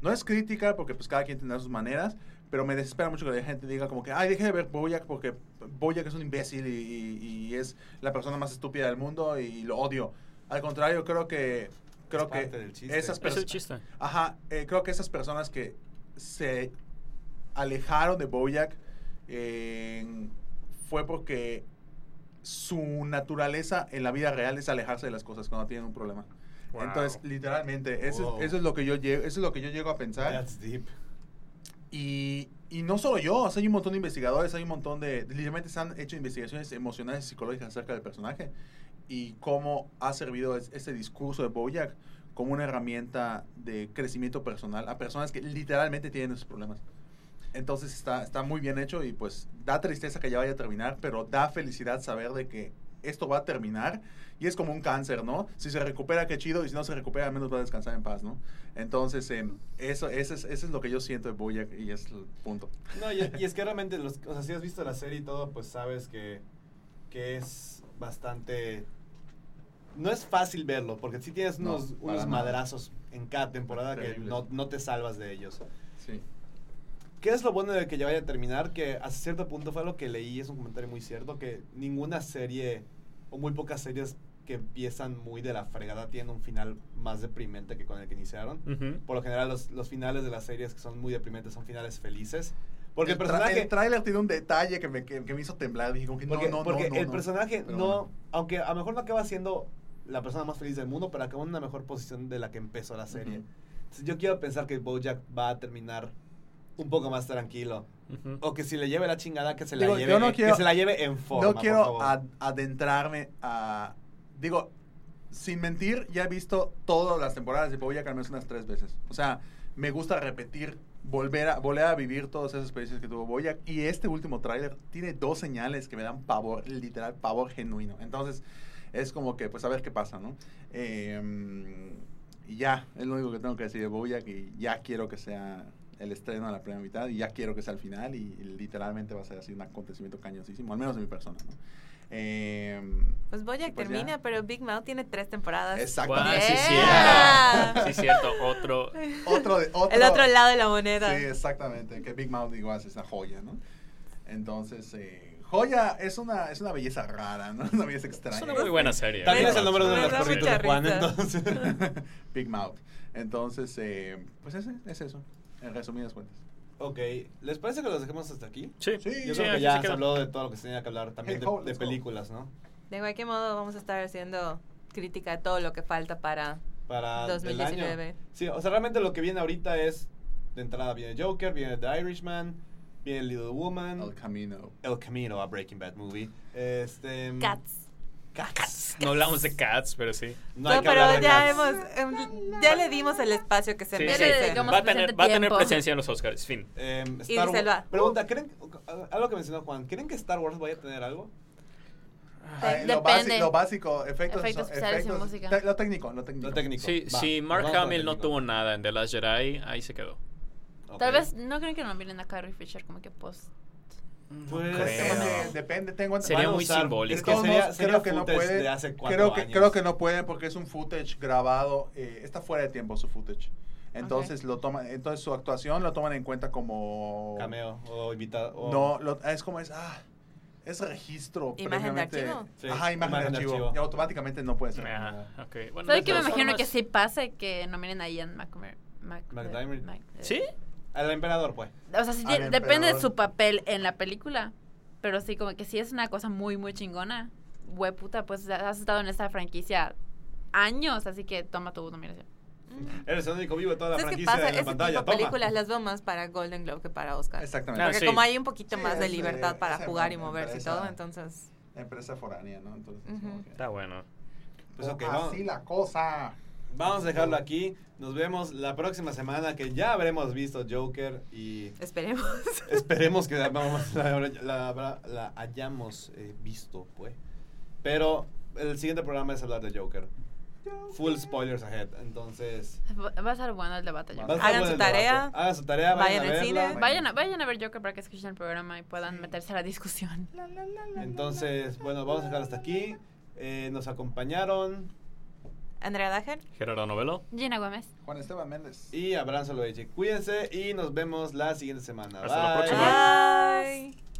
S5: no es crítica porque pues cada quien tendrá sus maneras, pero me desespera mucho que la gente diga como que, ay, deje de ver Boyac porque Boyac es un imbécil y, y- y es la persona más estúpida del mundo y lo odio. Al contrario, creo que... Creo que
S1: parte del chiste.
S5: esas
S2: Es el
S5: perso-
S2: chiste.
S5: Ajá, eh, creo que esas personas que se alejaron de Boyac eh, fue porque su naturaleza en la vida real es alejarse de las cosas cuando tienen un problema.
S2: Wow.
S5: Entonces, literalmente, eso,
S1: Wow.
S5: es, eso es lo que yo llego, eso es lo que yo llego a pensar.
S1: That's deep.
S5: Y, y no solo yo, o sea, hay un montón de investigadores, hay un montón de... Literalmente se han hecho investigaciones emocionales y psicológicas acerca del personaje y cómo ha servido es- este discurso de Bojack como una herramienta de crecimiento personal a personas que literalmente tienen esos problemas. Entonces está, está muy bien hecho y pues da tristeza que ya vaya a terminar, pero da felicidad saber de que esto va a terminar. Y es como un cáncer, ¿no? Si se recupera, qué chido. Y si no se recupera, al menos va a descansar en paz, ¿no? Entonces, eh, eso, eso, es, eso es lo que yo siento de Boyack y es el punto.
S1: No, y, y es que realmente, los, o sea, si has visto la serie y todo, pues sabes que, que es bastante... No es fácil verlo, porque sí tienes
S5: No,
S1: unos,
S5: para
S1: unos
S5: nada.
S1: madrazos en cada temporada que
S5: Terribles.
S1: no, no te salvas de ellos.
S5: Sí.
S1: ¿Qué es lo bueno de que ya vaya a terminar? Que hasta cierto punto fue lo que leí, es un comentario muy cierto, que ninguna serie o muy pocas series que empiezan muy de la fregada tienen un final más deprimente que con el que iniciaron.
S2: Ujú.
S1: Por lo general los, los finales de las series que son muy deprimentes son finales felices. Porque el,
S5: tra-
S1: personaje...
S5: el tráiler tiene un detalle que me, que, que me hizo temblar. Dije, como que
S1: porque
S5: no, no,
S1: porque
S5: no, no,
S1: el
S5: no.
S1: personaje
S5: Pero
S1: no...
S5: bueno.
S1: Aunque a lo mejor no acaba siendo la persona más feliz del mundo, pero acaba en una mejor posición de la que empezó la serie.
S5: Ujú.
S1: Entonces, yo quiero pensar que Bojack va a terminar un poco más tranquilo.
S2: Ujú.
S1: O que si le lleve la chingada, que se la,
S5: Digo,
S1: lleve,
S5: yo no
S1: eh,
S5: quiero-
S1: que se la lleve en forma.
S5: no
S1: por
S5: quiero
S1: favor.
S5: ad- adentrarme a. Digo, sin mentir, ya he visto todas las temporadas de Bojack al menos unas tres veces. O sea, me gusta repetir, volver a, volver a vivir todas esas experiencias que tuvo Bojack. Y este último tráiler tiene dos señales que me dan pavor, literal, pavor genuino. Entonces, es como que, pues a ver qué pasa, ¿no? Eh, y ya, es lo único que tengo que decir de Bojack y ya quiero que sea el estreno a la primera mitad y ya quiero que sea al final y, literalmente va a ser así un acontecimiento cañosísimo, al menos en mi persona, ¿no? Eh,
S3: Pues Boyack
S5: Pues ya.
S3: termina, pero Big Mouth tiene tres temporadas.
S5: exacto.
S2: Guau, sí, es
S3: Yeah.
S2: cierto. Sí, es cierto. Otro.
S5: Otro de-
S3: El otro lado de la moneda.
S5: Sí, exactamente. Que Big Mouth igual es una joya, ¿no? Entonces, eh, joya es una, es una belleza rara, ¿no? Es una belleza extraña.
S2: Es una muy buena serie.
S1: También
S3: Me-
S1: es el nombre de uno de
S3: me
S1: los
S3: da
S1: perritos
S3: mucha
S1: de Juan,
S3: risa.
S1: entonces.
S5: Big Mouth. Entonces, eh, pues ese, es eso. En resumidas cuentas.
S1: ok, ¿les parece que los dejemos hasta aquí?
S2: Sí,
S5: Sí,
S1: Yo
S2: sí,
S1: creo que
S2: aquí se
S1: ya se
S2: queda.
S1: habló de todo lo que se tenía que hablar, también
S5: Hey,
S1: de,
S5: ho,
S1: de
S5: let's go.
S1: películas, ¿no?
S3: De cualquier modo, vamos a estar haciendo crítica a todo lo que falta para
S1: Para el año.
S3: 2019.
S1: Sí, o sea, realmente lo que viene ahorita es, de entrada viene Joker, viene The Irishman, viene Little Woman,
S5: El camino.
S1: El Camino, a Breaking Bad movie. Este,
S3: Cats.
S1: Cats.
S2: No hablamos de Cats, pero sí.
S1: No
S3: No,
S1: hay que hablar
S3: pero
S1: de
S3: ya
S1: Cats.
S3: hemos, em, ya le dimos el espacio que se
S2: Sí, sí.
S4: Ya le
S3: merece.
S4: dedicamos
S2: Va a tener,
S4: suficiente
S2: va a tener
S4: tiempo.
S2: presencia en los Oscars. Fin.
S1: Em,
S3: Y
S1: Star Wa-
S3: se va.
S1: Pregunta, ¿creen, algo que mencionó Juan, ¿creen que Star Wars vaya a tener algo?
S5: Ay, lo,
S4: Depende.
S5: básico, lo básico, efectos,
S4: Efectos especiales y música.
S5: te- lo técnico, lo técnico.
S1: Lo técnico.
S2: Sí,
S1: Va,
S2: si
S1: nos
S2: Mark
S1: vamos con lo
S2: Hamill no
S1: técnico.
S2: tuvo nada en The Last Jedi, ahí se quedó.
S1: Ok.
S4: Tal vez no creen que no miren a Carrie Fisher como que post.
S1: Pues,
S5: Es que,
S1: Creo.
S5: bueno, depende, tengo
S2: Sería
S1: Van a
S2: muy
S1: usar-
S2: simbólico.
S5: De
S1: Es que
S5: todos
S1: sería,
S5: modos,
S1: sería
S5: creo que no
S1: footage
S5: puede.
S1: de hace cuatro
S5: creo que
S1: años.
S5: creo que no pueden porque es un footage grabado, eh, está fuera de tiempo su footage. Entonces lo toman, entonces su actuación lo toman en cuenta como
S1: Cameo o invitado. o-
S5: No, lo- es como es ah, es registro
S3: Imagen de
S5: prácticamente.
S3: archivo.
S1: Sí,
S5: Ajá, imagen, de archivo. Y automáticamente no puede ser.
S2: Ah, ok. Bueno,
S4: ¿Sabes
S2: de
S4: que me
S2: todas
S4: imagino que
S2: formas-
S4: sí pase que no miren a Ian McMer- Mc-
S1: McDiarmid.
S4: Mc-
S2: ¿Sí?
S1: Al emperador, pues.
S4: O sea, sí,
S5: Al
S4: de- depende de
S5: emperador.
S4: su papel en la película. Pero sí, como que sí es una cosa muy, muy chingona. Güey, puta, pues has estado en esta franquicia años, así que toma tu nominación.
S1: Eres el único vivo de toda la
S3: ¿Sabes qué
S1: franquicia
S3: pasa?
S1: en la
S3: Ese tipo de
S1: pantalla. Toma.
S3: películas las veo más para Golden Globe que para Oscar.
S5: Exactamente.
S2: Ah,
S3: Porque
S2: sí.
S3: como hay un poquito
S5: Sí,
S3: más de
S5: es, eh,
S3: libertad para
S5: ese
S3: jugar
S5: me-
S3: y
S5: me
S3: moverse y
S5: interesa.
S3: todo, entonces...
S5: Empresa foránea, ¿no? Entonces,
S3: Ujú.
S5: como que-
S2: Está bueno.
S1: Pues ok,
S5: así
S1: vamos,
S5: la cosa.
S1: vamos a dejarlo aquí. Nos vemos la próxima semana que ya habremos visto Joker y
S3: Esperemos.
S1: esperemos que la, vamos- la- la- la- la hayamos eh, visto, pues. Pero el siguiente programa es hablar de Joker. Full spoilers ahead. Entonces,
S4: Va va a ser bueno el debate, yo
S1: va a
S4: creo.
S1: estar
S3: Hagan
S1: bueno
S3: su
S1: el debate.
S3: tarea.
S1: Hagan su tarea, vayan,
S3: Vayan
S1: a
S3: al
S1: verla.
S3: cine.
S4: Vayan a, vayan a ver Joker para que escuchen el programa y puedan meterse a la discusión.
S1: Entonces, bueno, vamos a dejar hasta aquí. Eh, nos acompañaron
S3: Andrea Dager.
S2: Gerardo Novelo.
S4: Gina Gómez.
S5: Juan Esteban Méndez.
S1: y abrazo lo Cuídense y nos vemos la siguiente semana.
S2: Hasta la
S1: Bye.
S2: próxima.
S3: Bye.